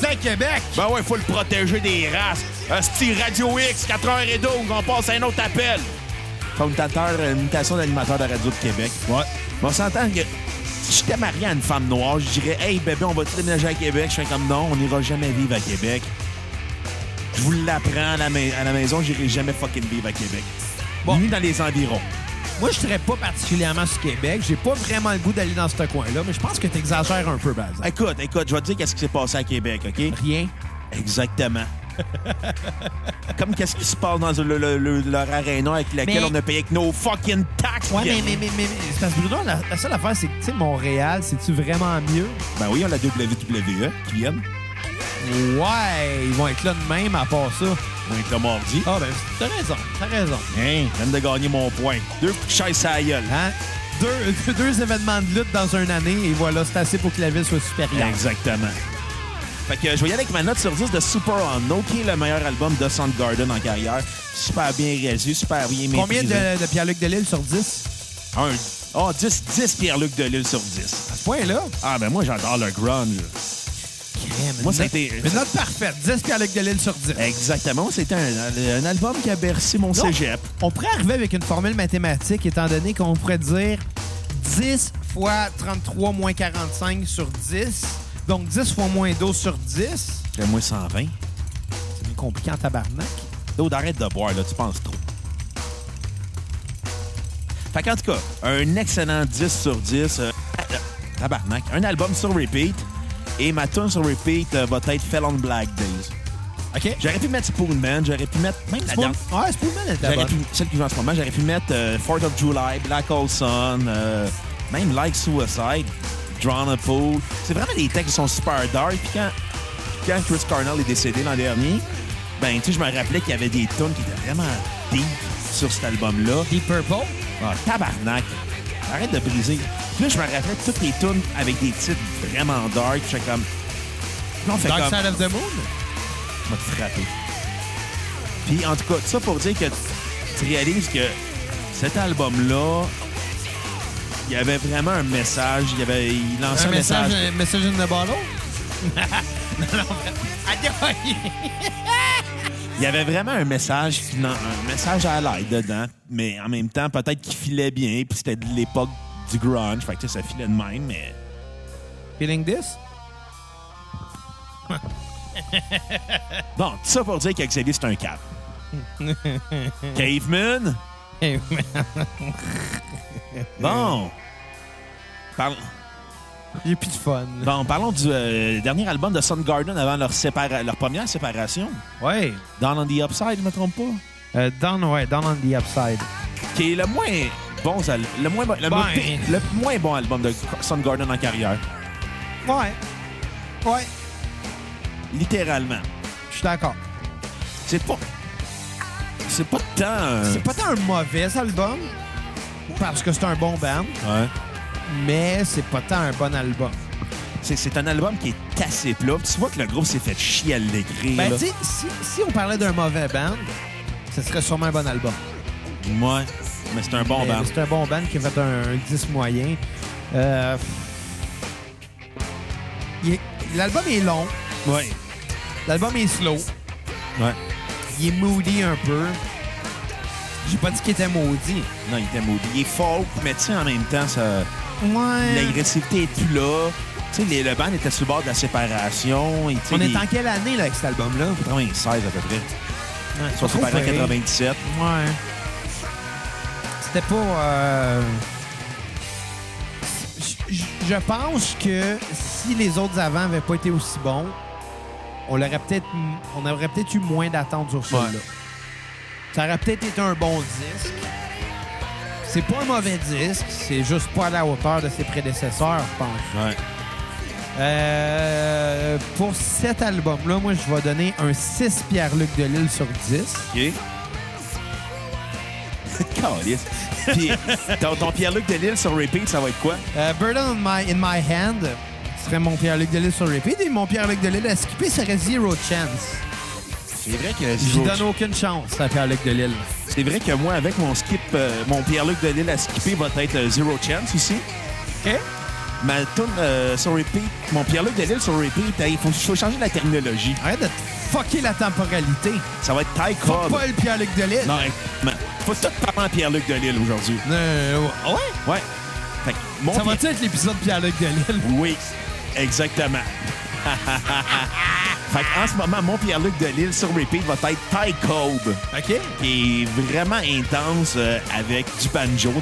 S2: à Québec!
S1: Ben ouais, faut le protéger des races. Euh, c'est Radio X, 4h12, on passe à un autre appel. Commutateur, euh, mutation d'animateur de Radio de Québec. Ouais. On s'entend que si j'étais marié à une femme noire, je dirais Hey bébé, on va-tu déménager à Québec? Je fais comme non, on n'ira jamais vivre à Québec. Je vous l'apprends à, la mai- à la maison, j'irai jamais fucking vivre à Québec.
S2: Bon.
S1: Ni dans les environs.
S2: Moi, je serais pas particulièrement sur Québec. J'ai pas vraiment le goût d'aller dans ce coin-là, mais je pense que t'exagères un peu, Baz.
S1: Écoute, écoute, je vais te dire qu'est-ce qui s'est passé à Québec, OK?
S2: Rien.
S1: Exactement. [LAUGHS] Comme qu'est-ce qui se passe dans le, le- le- leur aréna avec laquelle
S2: Mais-
S1: on a payé avec nos fucking taxes.
S2: Ouais, mais,
S1: Pierre.
S2: mais, mais, mais, mais- c'est parce que Bruno, la, la seule affaire, c'est que, tu sais, Montréal, c'est-tu vraiment mieux?
S1: Ben oui, on a la WWE qui Ben, viennent.
S2: Ouais, ils vont être là de même à part ça.
S1: On est le mardi.
S2: Ah, ben, t'as raison, t'as raison.
S1: Hein, je viens de gagner mon point. Deux coups de chaise à la gueule.
S2: Hein? Deux, [LAUGHS] deux, deux événements de lutte dans une année, et voilà, c'est assez pour que la ville soit supérieure.
S1: Exactement. Fait que euh, je vais y aller avec ma note sur 10 de Super Unknown, qui est le meilleur album de Soundgarden en carrière. Super bien réalisé, super bien
S2: Combien
S1: maîtrisé.
S2: de, de Pierre-Luc Delisle sur 10?
S1: Un. Oh, 10, 10 Pierre-Luc Delisle sur 10.
S2: À ce point-là?
S1: Ah, ben moi, j'adore le grunge.
S2: Crème,
S1: Moi,
S2: une
S1: ça a
S2: note-
S1: été-
S2: Une note parfaite, 10 Pierre-Luc Delisle sur 10.
S1: Exactement. C'était un, un album qui a bercé mon
S2: Non.
S1: cégep.
S2: On pourrait arriver avec une formule mathématique, étant donné qu'on pourrait dire 10 fois 33 moins 45 sur 10. Donc 10 fois moins 12 sur 10.
S1: J'ai moins 120.
S2: C'est bien compliqué en tabarnak.
S1: D'autres, arrête de boire, là, tu penses trop. Fait qu'en tout cas, un excellent 10 sur 10. euh, euh, tabarnak. Un album sur repeat. Et ma tune sur repeat euh, va être Fell on Black Days.
S2: OK?
S1: J'aurais pu mettre Spoon Man, j'aurais pu mettre même la
S2: Spoon...
S1: dernière-
S2: Ouais, Spoonman était
S1: j'aurais
S2: bonne.
S1: pu, celle qui joue en ce moment, j'aurais pu mettre euh, Fourth of July, Black Hole Sun, euh, même Like Suicide, Drawn a Pool. C'est vraiment des textes qui sont super dark. Puis quand, quand Chris Cornell est décédé l'an dernier, ben, tu sais, je me rappelais qu'il y avait des tunes qui étaient vraiment deep sur cet album-là.
S2: Deep Purple.
S1: Ah, tabarnak. Arrête de briser. Puis là, je me rappelais toutes les tunes avec des titres vraiment dark. Je comme... Non, fait
S2: Dark
S1: comme...
S2: Side of the Moon.
S1: Je vais te frapper. Puis en tout cas, tout ça pour dire que tu réalises que cet album-là, il y avait vraiment un message. Il, y avait, il lançait un, message.
S2: un message in the [LAUGHS] bottle. non, non.
S1: Il y avait vraiment un message, qui lan- un message à l'aide dedans, mais en même temps, peut-être qu'il filait bien. Puis c'était de l'époque du grunge. Fait que tu sais, ça filait de même, mais.
S2: Feeling [LAUGHS] this?
S1: Bon, tout ça pour dire que Xavier, c'est un [LAUGHS] cap. Caveman?
S2: Eh, mais-
S1: Bon. Parle.
S2: J'ai plus de fun. là.
S1: Bon, parlons du euh, dernier album de Soundgarden avant leur, sépara- leur première séparation.
S2: Ouais.
S1: Down on the Upside, je me trompe pas.
S2: Euh, down, ouais, down on the upside.
S1: Qui est le moins bon, al- le moins, bon- le
S2: Ben.
S1: moins pi- le moins bon album de Soundgarden en carrière.
S2: Ouais. Ouais.
S1: Littéralement.
S2: Je suis d'accord.
S1: C'est pas. C'est pas tant. euh,
S2: C'est pas tant un mauvais album, parce que c'est un bon band,
S1: ouais.
S2: mais c'est pas tant un bon album.
S1: C'est- C'est un album qui est assez plat. Tu vois que le groupe s'est fait chier à l'écrire.
S2: Ben,
S1: là.
S2: tu sais, si, si on parlait d'un mauvais band, ce serait sûrement un bon album.
S1: Ouais. Mais c'est un bon
S2: Mais
S1: band.
S2: C'est un bon band qui a fait un, un 10 moyen. Euh, il est- L'album est long,
S1: Ouais.
S2: l'album est slow.
S1: Ouais.
S2: Il est moody un peu. J'ai pas dit qu'il était maudit.
S1: Non, il était maudit. Il est folk, mais tu sais, en même temps, ça...
S2: Ouais.
S1: l'agressivité est plus là. Tu sais, les- le band était sur le bord de la séparation. Et, tu sais,
S2: On est
S1: les-
S2: en quelle année là, avec cet album-là?
S1: 96 à peu près. Ils sont
S2: C'est
S1: séparés
S2: pas
S1: en
S2: trop pareil.
S1: 97.
S2: Ouais. C'était pas. euh, Je je pense que si les autres avant avaient pas été aussi bons, on aurait peut-être, on aurait peut-être eu moins d'attentes sur celui-là.
S1: Ouais.
S2: Ça aurait peut-être été un bon disque. C'est pas un mauvais disque, c'est juste pas à la hauteur de ses prédécesseurs, je pense.
S1: Ouais.
S2: Euh, pour cet album-là, moi, je vais donner un 6 Pierre-Luc Delisle sur 10.
S1: OK. [LAUGHS] Calisse. Puis ton, ton Pierre-Luc Delisle sur repeat, ça va être quoi?
S2: Euh, Burden in my, in my hand ce serait mon Pierre-Luc Delisle sur repeat et mon Pierre-Luc Delisle à skipper serait Zero Chance.
S1: C'est vrai que...
S2: Je donne aucune chance à Pierre-Luc Delisle.
S1: C'est vrai que moi, avec mon skip, euh, mon Pierre-Luc Delisle à skipper va être euh, Zero Chance aussi.
S2: OK?
S1: Ma tune euh, sur repeat, mon Pierre-Luc Delisle sur repeat, euh, il faut, faut changer la terminologie.
S2: Arrête de te fucker la temporalité.
S1: Ça va être Ty
S2: Fuck
S1: Cobb.
S2: pas le Pierre-Luc Delisle.
S1: Non, hey, man, faut tout parler en Pierre-Luc Delisle aujourd'hui.
S2: Euh, ouais?
S1: Ouais. Fait que mon
S2: Ça
S1: Pierre-
S2: va-tu être l'épisode Pierre-Luc Delisle?
S1: Oui, exactement. [LAUGHS] fait que en ce moment, mon Pierre-Luc Delisle sur repeat va être Ty Cobb,
S2: [LAUGHS] OK?
S1: qui est vraiment intense euh, avec du banjo dedans.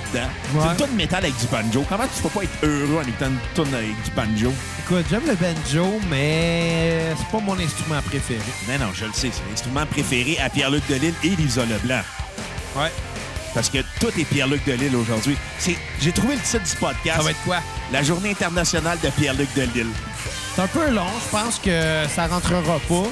S2: Ouais.
S1: C'est une tonne métal avec du banjo. Comment tu peux pas être heureux en écoutant une tonne avec du banjo?
S2: Écoute, j'aime le banjo, mais c'est pas mon instrument préféré.
S1: Non, non, je le sais. C'est l'instrument préféré à Pierre-Luc Delisle et Lisa Leblanc.
S2: Ouais.
S1: Parce que tout est Pierre-Luc Delisle aujourd'hui. C'est- J'ai trouvé le titre du podcast.
S2: Ça va être quoi?
S1: La journée internationale de Pierre-Luc Delisle.
S2: C'est un peu long, je pense que ça rentrera pas.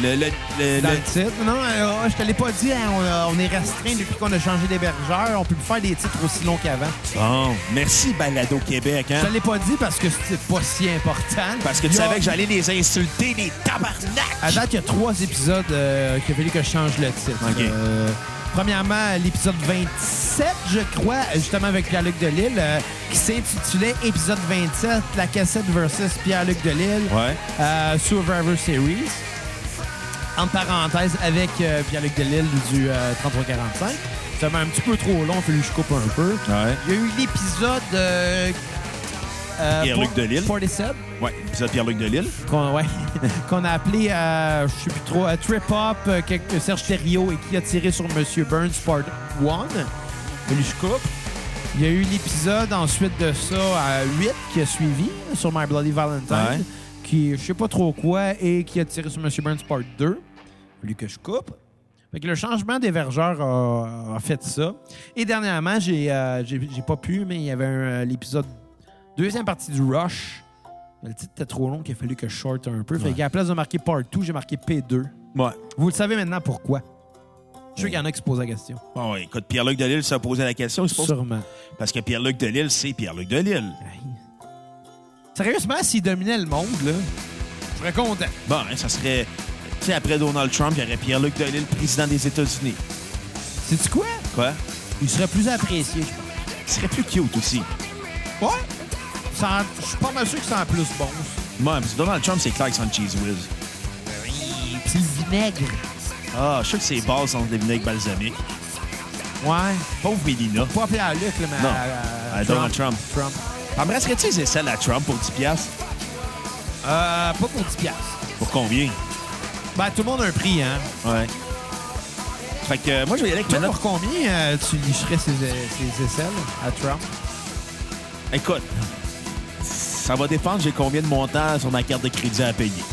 S1: Le, le, le-
S2: dans
S1: le-
S2: le titre. Non, euh, je te l'ai pas dit, hein, on, a- on est restreint depuis qu'on a changé d'hébergeur. On peut plus faire des titres aussi longs qu'avant.
S1: Bon, merci Balado Québec,
S2: Je
S1: hein?
S2: te l'ai pas dit parce que c'est pas si important.
S1: Parce que tu
S2: Il y a-
S1: savais que j'allais les insulter, les tabarnak!
S2: À date, il y a trois épisodes euh, qui a fallu que je change le titre.
S1: OK.
S2: Euh, premièrement, l'épisode 27, je crois, justement avec Pierre-Luc Delisle, euh, qui s'intitulait Épisode 27, la cassette versus Pierre-Luc Delisle,
S1: Ouais.
S2: euh, Survivor Series. En parenthèse, avec euh, Pierre-Luc Delisle du euh, 3345. Ça m'a un petit peu trop long, il a fallu que je coupe un peu.
S1: Ouais.
S2: Il y a eu l'épisode... Euh, euh,
S1: Pierre-Luc
S2: pour-
S1: Delisle.
S2: 47
S1: Ouais, épisode Pierre-Luc Delisle.
S2: qu'on ouais, [LAUGHS] qu'on a appelé, euh, je sais plus trop, euh, Trip Hop, euh, que- que Serge Thériault et qui a tiré sur Monsieur Burns Part 1. Lui, je coupe. Il y a eu l'épisode ensuite de ça à 8 qui a suivi sur My Bloody Valentine,
S1: Ouais.
S2: qui je sais pas trop quoi et qui a tiré sur Monsieur Burns Part 2. Lui que je coupe. Fait que le changement des vergeurs a, a fait ça. Et dernièrement, j'ai euh, j'ai j'ai pas pu, mais il y avait un, euh, l'épisode deuxième partie du Rush. Mais le titre était trop long qu'il a fallu que je shorte un peu. Fait
S1: Ouais.
S2: qu'à la place de marquer Part 2, j'ai marqué P2.
S1: Ouais.
S2: Vous le savez maintenant pourquoi. Je sais qu'il y en a qui se posent la question.
S1: Bon, ouais, écoute, Pierre-Luc Delisle s'est posé la question, il se pose-
S2: Sûrement.
S1: Parce que Pierre-Luc Delisle, c'est Pierre-Luc Delisle.
S2: Aïe. Sérieusement, s'il dominait le monde, là, je serais content.
S1: Bon, hein, ça serait. Tu sais, après Donald Trump, il y aurait Pierre-Luc Delisle, président des États-Unis.
S2: Sais-tu quoi?
S1: Quoi?
S2: Il serait plus apprécié, je pense.
S1: Il serait plus cute aussi.
S2: Ouais. Ça en- Je suis pas mal sûr que c'est en plus bon. ça.
S1: Bon, parce que Donald Trump, c'est clair que c'est un cheese whiz.
S2: Ben Puis le vinaigre.
S1: Ah, je suis sûr que ses bases sont des vinaigres balsamiques.
S2: Ouais.
S1: Pauvre Mélina.
S2: Pas appelé à Luc, là, mais
S1: Non.
S2: à, à-
S1: À Donald Trump.
S2: Trump.
S1: Embrasserais-tu les aisselles à Trump pour 10$? piastres?
S2: Euh, pas pour 10 piastres.
S1: Pour combien?
S2: Ben, tout le monde a un prix, hein.
S1: Ouais. Fait que euh, moi, je vais y aller avec ma
S2: Toi,
S1: note.
S2: pour combien euh, tu licherais ses, ses aisselles à Trump?
S1: Écoute, ça va dépendre j'ai combien de montants sur ma carte de crédit à payer.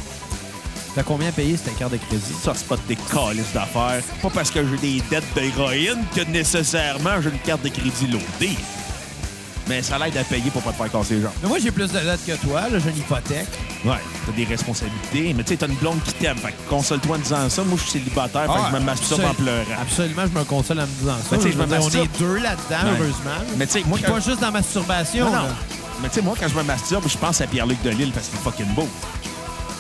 S2: T'as combien payé cette carte de crédit?
S1: Ça, c'est pas des calices d'affaires. Pas parce que j'ai des dettes d'héroïne que nécessairement j'ai une carte de crédit loadée. Mais ça l'aide à payer pour pas te faire casser les jambes.
S2: Mais moi, j'ai plus de dettes que toi. là. J'ai une hypothèque.
S1: Ouais, t'as des responsabilités, mais tu sais, t'as une blonde qui t'aime. Fait que console-toi en disant ça. Moi, je suis célibataire, Ah, fait que je me masturbe en
S2: absolu-
S1: pleurant.
S2: Ah, Absolument, je me console en me disant ça.
S1: Mais tu sais,
S2: Je
S1: je me
S2: veux dire, on
S1: masturbe.
S2: est deux là-dedans,
S1: Ouais.
S2: heureusement.
S1: Mais tu sais, moi,
S2: Puis
S1: quand-
S2: pas juste dans la masturbation.
S1: Non, non.
S2: là.
S1: Mais tu sais, moi, quand je me masturbe, je pense à Pierre-Luc Delisle parce qu'il est fucking beau.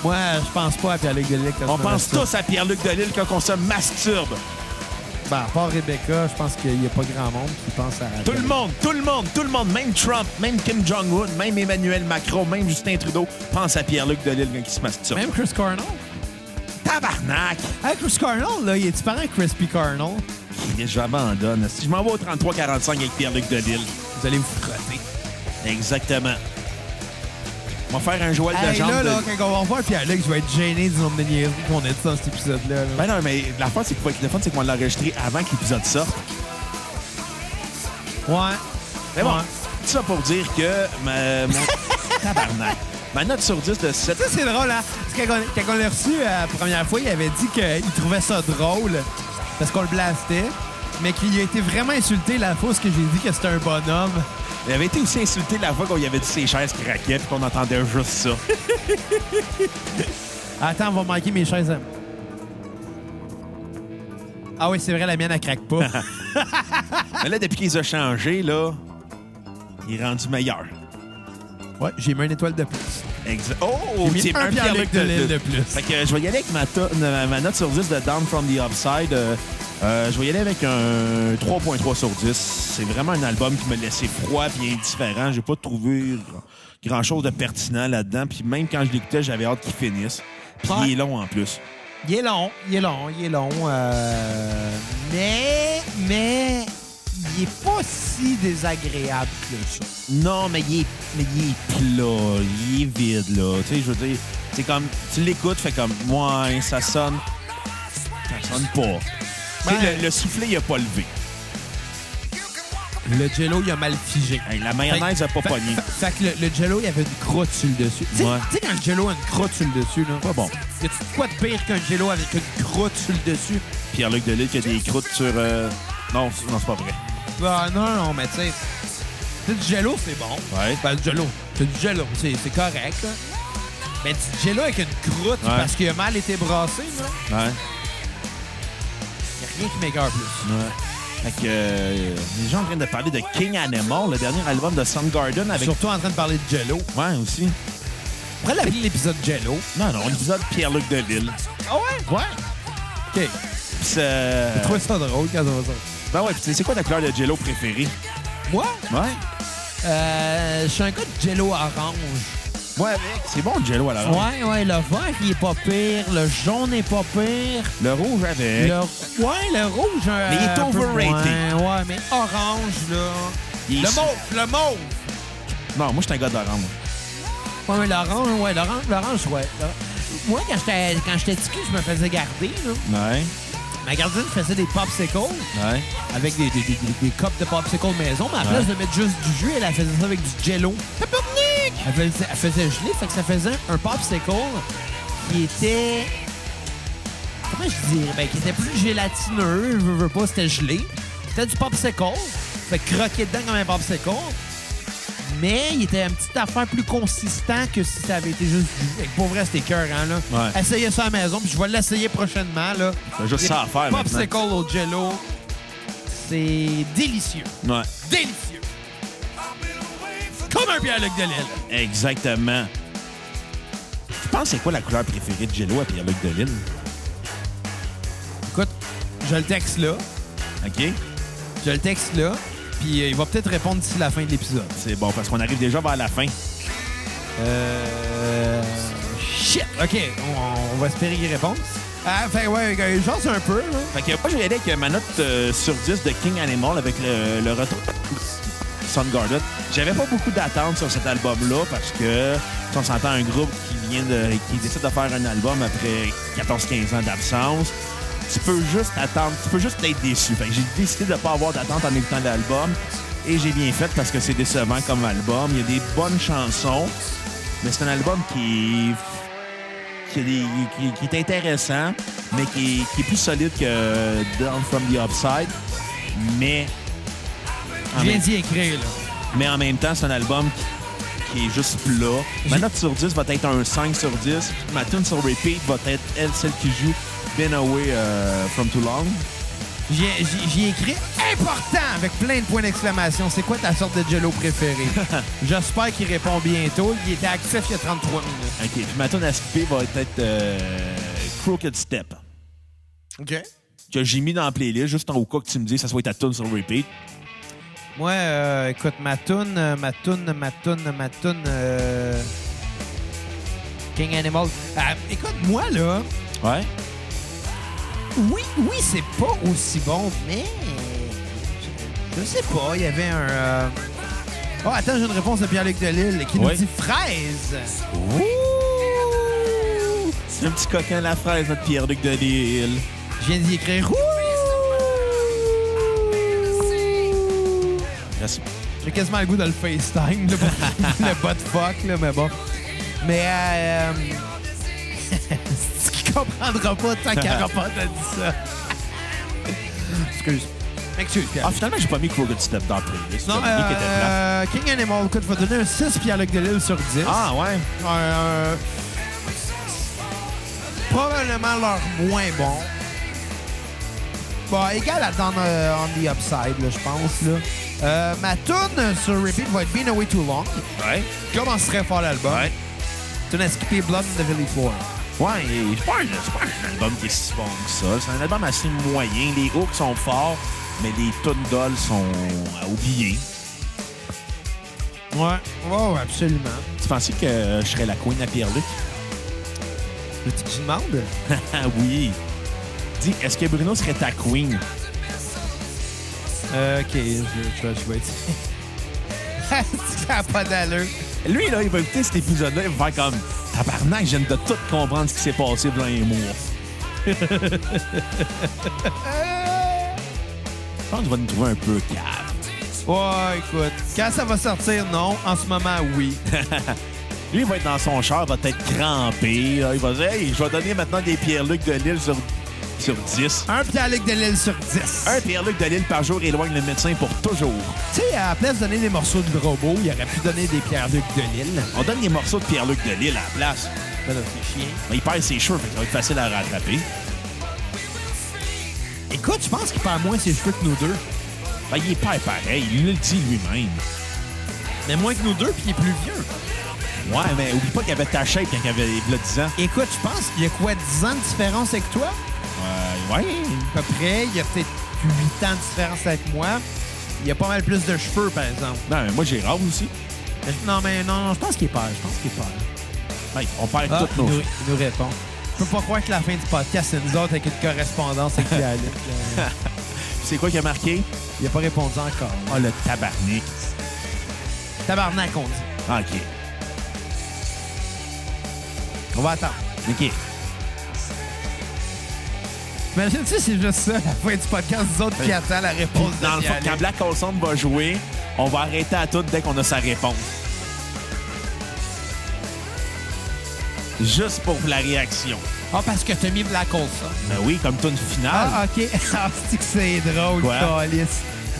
S2: Moi, je pense pas à Pierre-Luc Delic. quand
S1: On
S2: je me
S1: pense
S2: masturbe.
S1: tous à Pierre-Luc Delisle quand on se masturbe.
S2: Ben, à part Rebecca, je pense qu'il n'y a pas grand monde qui pense à...
S1: Tout le monde, tout le monde, tout le monde, même Trump, même Kim Jong-un, même Emmanuel Macron, même Justin Trudeau, pense à Pierre-Luc Delisle quand il se masturbe.
S2: Même Chris Cornell.
S1: Ta Tabarnak!
S2: Hey, Chris Carnell, là, il est parent à Crispy Carnell?
S1: Chris, J'abandonne. Si je m'en vais au 33-45 avec Pierre-Luc Deville.
S2: Vous allez vous frotter.
S1: Exactement. On va faire un Joël de
S2: Hey,
S1: jambe
S2: là,
S1: de-
S2: là, quand on va revoir Pierre-Luc, je vais être gêné du nombre de niaiseries qu'on a dit dans cet épisode-là. là.
S1: Ben non, mais la fois, c'est que le fun, c'est qu'on l'a enregistré avant que l'épisode sorte.
S2: Ouais.
S1: Mais bon,
S2: Ouais.
S1: tout ça pour dire que ma,
S2: [LAUGHS]
S1: mon... Tabarnak. Ma note sur 10 de 7...
S2: Ça, c'est drôle, hein? Parce que quand on, quand on l'a reçu euh, la première fois, il avait dit qu'il trouvait ça drôle parce qu'on le blastait, mais qu'il a été vraiment insulté la fois où ce que j'ai dit que c'était un bonhomme.
S1: Il avait été aussi insulté la fois qu'on lui avait dit ses chaises craquaient puis qu'on entendait juste ça.
S2: Attends, on va manquer mes chaises. à- Ah oui, c'est vrai, la mienne, elle craque pas.
S1: mais là, depuis qu'ils ont changé, là, il est rendu meilleur.
S2: ouais, j'ai mis une étoile de plus.
S1: Exact. Oh!
S2: J'ai mis
S1: c'est
S2: un Pierre-Luc de l'île de plus.
S1: Fait que euh, je vais y aller avec ma, to- ma- ma note sur 10 de Down from the Upside. euh, euh, je vais y aller avec un 3.3 sur 10. C'est vraiment un album qui me laissait froid et indifférent. J'ai pas trouvé grand chose de pertinent là-dedans. Puis même quand je l'écoutais, j'avais hâte qu'il finisse. Puis
S2: Ouais.
S1: il est long en plus.
S2: Il est long, il est long, il est long. euh, Mais, mais, il est pas si désagréable que ça.
S1: Non, mais il est, mais il est plat, il est vide, là. Tu sais, je veux dire, c'est comme, tu l'écoutes, fait comme, ouais, ça sonne, ça sonne pas. Tu sais,
S2: Ouais.
S1: le, le soufflet, il a pas levé.
S2: Le jello, il a mal figé.
S1: Hey, la mayonnaise a pas
S2: Fait-
S1: pogné.
S2: Fait, fait que le, le jello, il y avait une croûte sur le dessus. Tu sais-
S1: Ouais.
S2: tu sais, quand le jello a une croûte sur le dessus, là.
S1: Pas bon.
S2: Y a-tu de quoi de pire qu'un jello avec une croûte sur le dessus?
S1: [LAUGHS] Pierre-Luc Delisle qui a des croûtes sur... euh, Non, c- non c'est pas vrai.
S2: Bah non, non, mais tu sais. tu sais, du jello, c'est bon.
S1: Ouais.
S2: Ben, du jello. C'est du jello, c'est c'est correct, là. Mais du jello avec une croûte
S1: Ouais.
S2: parce qu'il a mal été brassé, là.
S1: Ouais.
S2: Y a rien qui m'égare plus.
S1: ouais. Fait que euh, les gens viennent de parler de King Animal, le dernier album de Soundgarden avec...
S2: Surtout en train de parler de jello.
S1: Ouais, aussi.
S2: Après l'appeler l'épisode jello.
S1: Non, non, l'épisode Pierre-Luc Delisle.
S2: Ah ouais?
S1: Ouais.
S2: Ok.
S1: Pis c'est...
S2: Je trouvais ça drôle quand on va ça.
S1: Ben ouais, pis c'est- c'est quoi ta couleur de jello préférée?
S2: Moi,
S1: Ouais.
S2: euh, je suis un gars de jello orange.
S1: Ouais, mec, c'est bon le jello à la
S2: Ah Ouais, ouais, le vert, il est pas pire. Le jaune est pas pire.
S1: Le rouge avec.
S2: Le... Ouais, le rouge, euh,
S1: Mais il est
S2: un peu
S1: overrated.
S2: moins. Ouais, mais orange, là.
S1: Il est
S2: le
S1: sou-
S2: mauve, le mauve.
S1: Non, moi, je suis un gars d'orange.
S2: Ouais, mais l'orange, ouais, l'orange, l'orange, ouais. l'orange. Moi, quand j'étais quand j'étais petit, je me faisais garder, là.
S1: Ouais,
S2: Ma gardienne faisait des popsicles
S1: ouais.
S2: avec des, des, des, des- des copes de popsicles maison, mais à la
S1: Ouais.
S2: place de mettre juste du jus, elle, elle faisait ça avec du jello. Elle faisait, elle faisait geler, fait que ça faisait un popsicle qui était. Comment je dirais? Ben, qui était plus gélatineux, je veux, veux pas, c'était gelé. C'était du popsicle, fait que croquer dedans comme un popsicle. Mais il était une petite affaire plus consistant que si ça avait été juste du jus. Fait que Pour vrai, c'était cœur, hein, là.
S1: Ouais.
S2: Essayez ça à la maison, puis je vais l'essayer prochainement, là.
S1: T'as juste ça à faire, Ah, maintenant.
S2: Popsicle au jello, c'est délicieux.
S1: Ouais,
S2: Délicieux. Comme un Pierre-Luc Delisle.
S1: exactement. Tu penses c'est quoi la couleur préférée de jello à Pierre-Luc Delisle?
S2: Écoute, je le texte là.
S1: OK?
S2: Je le texte là. Puis euh, il va peut-être répondre d'ici la fin de l'épisode.
S1: C'est bon, parce qu'on arrive déjà vers la fin.
S2: Euh. Shit! OK, on, on va espérer qu'il réponde. Ah, fait ouais, euh, j'ose un peu, là.
S1: Fait que moi, je vais y aller avec ma note euh, sur 10 de King Animal avec le, le retour de Soundgarden. J'avais pas beaucoup d'attentes sur cet album-là parce que si on s'entend un groupe qui vient de qui décide de faire un album après 14-15 ans d'absence. Tu peux juste attendre, tu peux juste être déçu. Fait que j'ai décidé de pas avoir d'attente en écoutant l'album et j'ai bien fait parce que c'est décevant comme album. Il y a des bonnes chansons, mais c'est un album qui est qui, est des- qui- qui est intéressant, mais qui, est- qui est plus solide que Down from the Upside. Mais en,
S2: Je viens
S1: même,
S2: d'y écrire, là.
S1: mais en même temps, c'est un album qui, qui est juste plat. Ma
S2: J'ai-
S1: note sur 10 va être un 5 sur 10. Ma tune sur repeat va être elle, celle qui joue Been Away euh, from Too Long.
S2: J'y ai- j'y- j'y ai écrit important avec plein de points d'exclamation. C'est quoi ta sorte de jello préférée? J'espère qu'il répond bientôt. Il était actif il y a 33 minutes.
S1: OK. Puis ma tune à skipper va être euh, Crooked Step.
S2: OK.
S1: Que j'ai mis dans la playlist juste en au cas que tu me dis que ça soit ta tune sur repeat.
S2: Moi, euh, écoute, ma toune, euh, ma toune, ma toune, ma toune, euh, King Animal. Ah, écoute, Euh, moi, là,
S1: Ouais.
S2: Oui, oui, c'est pas aussi bon, mais. Je sais pas, il y avait un. euh, Oh, attends, j'ai une réponse de Pierre-Luc Delisle qui nous
S1: Oui.
S2: dit fraise.
S1: Ouh! C'est un petit coquin à la fraise, notre Pierre-Luc de Lille.
S2: Je viens d'y écrire. Ouh!
S1: Merci.
S2: J'ai quasiment le goût de le FaceTime,
S1: [LAUGHS]
S2: le, bot- le bot fuck, là, mais bon. Mais, euh. [LAUGHS] ce qu'il comprendra pas
S1: [LAUGHS]
S2: tant qu'elle aura pas dit ça. Excuse. Excuse, Pierre.
S1: Ah, finalement, j'ai pas mis Crooked Step dans la playlist.
S2: non,
S1: J'avais oublié qu'elle était plate.
S2: euh, King Animal, écoute, je vais donner un 6 Pierre-Luc Delisle sur 10.
S1: Ah, ouais.
S2: Euh, probablement leur moins bon. Bon, égal à dans euh, On the Upside, là, je pense. Là. Euh, ma tune sur Repeat va être Been Away Too Long.
S1: Ouais.
S2: Commence très fort l'album.
S1: Ouais.
S2: Tune à skipper Blood in the Valley Floor.
S1: Ouais, et c'est pas, un- c'est pas un album qui est si bon que ça. C'est un album assez moyen. Les hooks sont forts, mais les tunes d'ol sont euh, à oublier.
S2: Ouais. Oh, absolument.
S1: Tu pensais que euh, je serais la queen à Pierre-Luc?
S2: Le petit que je demande.
S1: [LAUGHS] Ah oui. Dis, est-ce que Bruno serait ta queen?
S2: Euh, ok, je, je, vais- je vais être. [LAUGHS] Ça n'a pas d'allure.
S1: Lui, là, il va écouter cet épisode-là, il va faire comme Tabarnak, je viens de tout comprendre ce qui s'est passé dans les [LAUGHS] mois. Je pense qu'il va nous trouver un peu cave.
S2: Ouais, écoute. Quand ça va sortir, non. En ce moment, [LAUGHS] oui.
S1: Lui, il va être dans son char, va être crampé. là. Il va dire Hey, je vais donner maintenant des Pierre-Luc de Lille sur, sur 10.
S2: Un Pierre-Luc de Lille sur 10.
S1: Un Pierre-Luc de Lille par jour éloigne le médecin pour toujours.
S2: Tu sais, à la place de donner des morceaux de robot, il aurait pu donner des Pierre-Luc de Lille.
S1: On donne des morceaux de Pierre-Luc de Lille à la place.
S2: Ben là, c'est chiant.
S1: Mais il perd ses cheveux, fait que ça va être facile à rattraper.
S2: Écoute, je pense qu'il perd moins ses cheveux que nous deux.
S1: Ben, il est pas pareil, il le dit lui-même.
S2: Mais moins que nous deux, puis il est plus vieux.
S1: Ouais, mais oublie pas qu'il avait ta shape quand il avait il a 10 ans.
S2: Écoute, je pense qu'il y a quoi, 10 ans de différence avec toi?
S1: Euh, ouais.
S2: À peu près. Il y a peut-être 8 ans de différence avec moi. Il y a pas mal plus de cheveux, par exemple.
S1: Non, mais Ben, moi, j'ai rare aussi.
S2: Mais je- Non, mais non, non, je pense qu'il perd. Je pense qu'il perd.
S1: Mec, on perd
S2: Ah,
S1: toutes
S2: il
S1: nos.
S2: nous, il nous répond. Je peux pas croire que la fin du podcast, c'est nous autres avec une correspondance avec Pierre-Luc. là.
S1: C'est quoi qui a marqué?
S2: Il a pas répondu encore.
S1: Ah, le tabarnak.
S2: Tabarnak, on dit.
S1: Ah, OK.
S2: On va attendre.
S1: OK.
S2: Imagine-tu, c'est juste ça, la fin du podcast, nous autres qui attend la réponse de
S1: Dans le fond,
S2: Pierre-Luc.
S1: quand Black Olson va jouer, on va arrêter à tout dès qu'on a sa réponse. Juste pour la réaction.
S2: Ah, parce que t'as mis Black Hole, ça.
S1: Ben oui, comme tune finale.
S2: Ah, OK. [LAUGHS] Ah, c'est que c'est drôle,
S1: Quoi?
S2: Calis.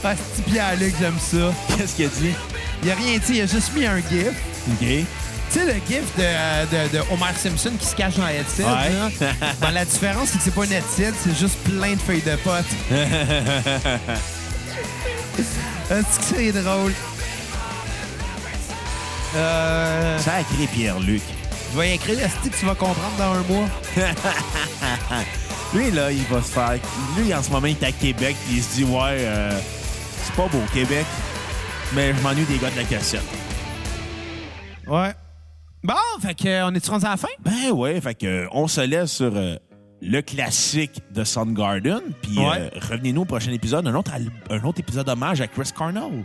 S2: Ah, c'est Pierre-Luc, j'aime ça.
S1: Qu'est-ce qu'il a dit?
S2: Il a rien dit, il a juste mis un gif.
S1: OK.
S2: Tu sais, le gif de, euh, de, de Homer Simpson qui se cache dans Headset,
S1: Ouais.
S2: là. Ben, la différence, c'est que c'est pas une Headset, c'est juste plein de feuilles de potes. Ah, c'est que c'est drôle. Euh,
S1: Sacré Pierre-Luc.
S2: je vais écrire le stick, tu vas comprendre dans un mois.
S1: Lui, là, il va se faire. Lui, en ce moment, il est à Québec, puis il se dit, ouais, euh, c'est pas beau, Québec, mais je m'ennuie des gars de la cassette.
S2: Ouais. Bon, fait que, euh, on est-tu rendu à la fin?
S1: Ben ouais, fait que, euh, on se laisse sur euh, le classique de Soundgarden, puis
S2: Ouais.
S1: euh, revenez-nous au prochain épisode, un autre, al- un autre épisode hommage à Chris Cornell.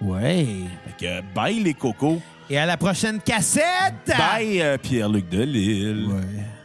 S2: Ouais.
S1: Fait que, euh, bye les cocos,
S2: Et à la prochaine cassette!
S1: bye euh, Pierre-Luc Delisle.
S2: Ouais.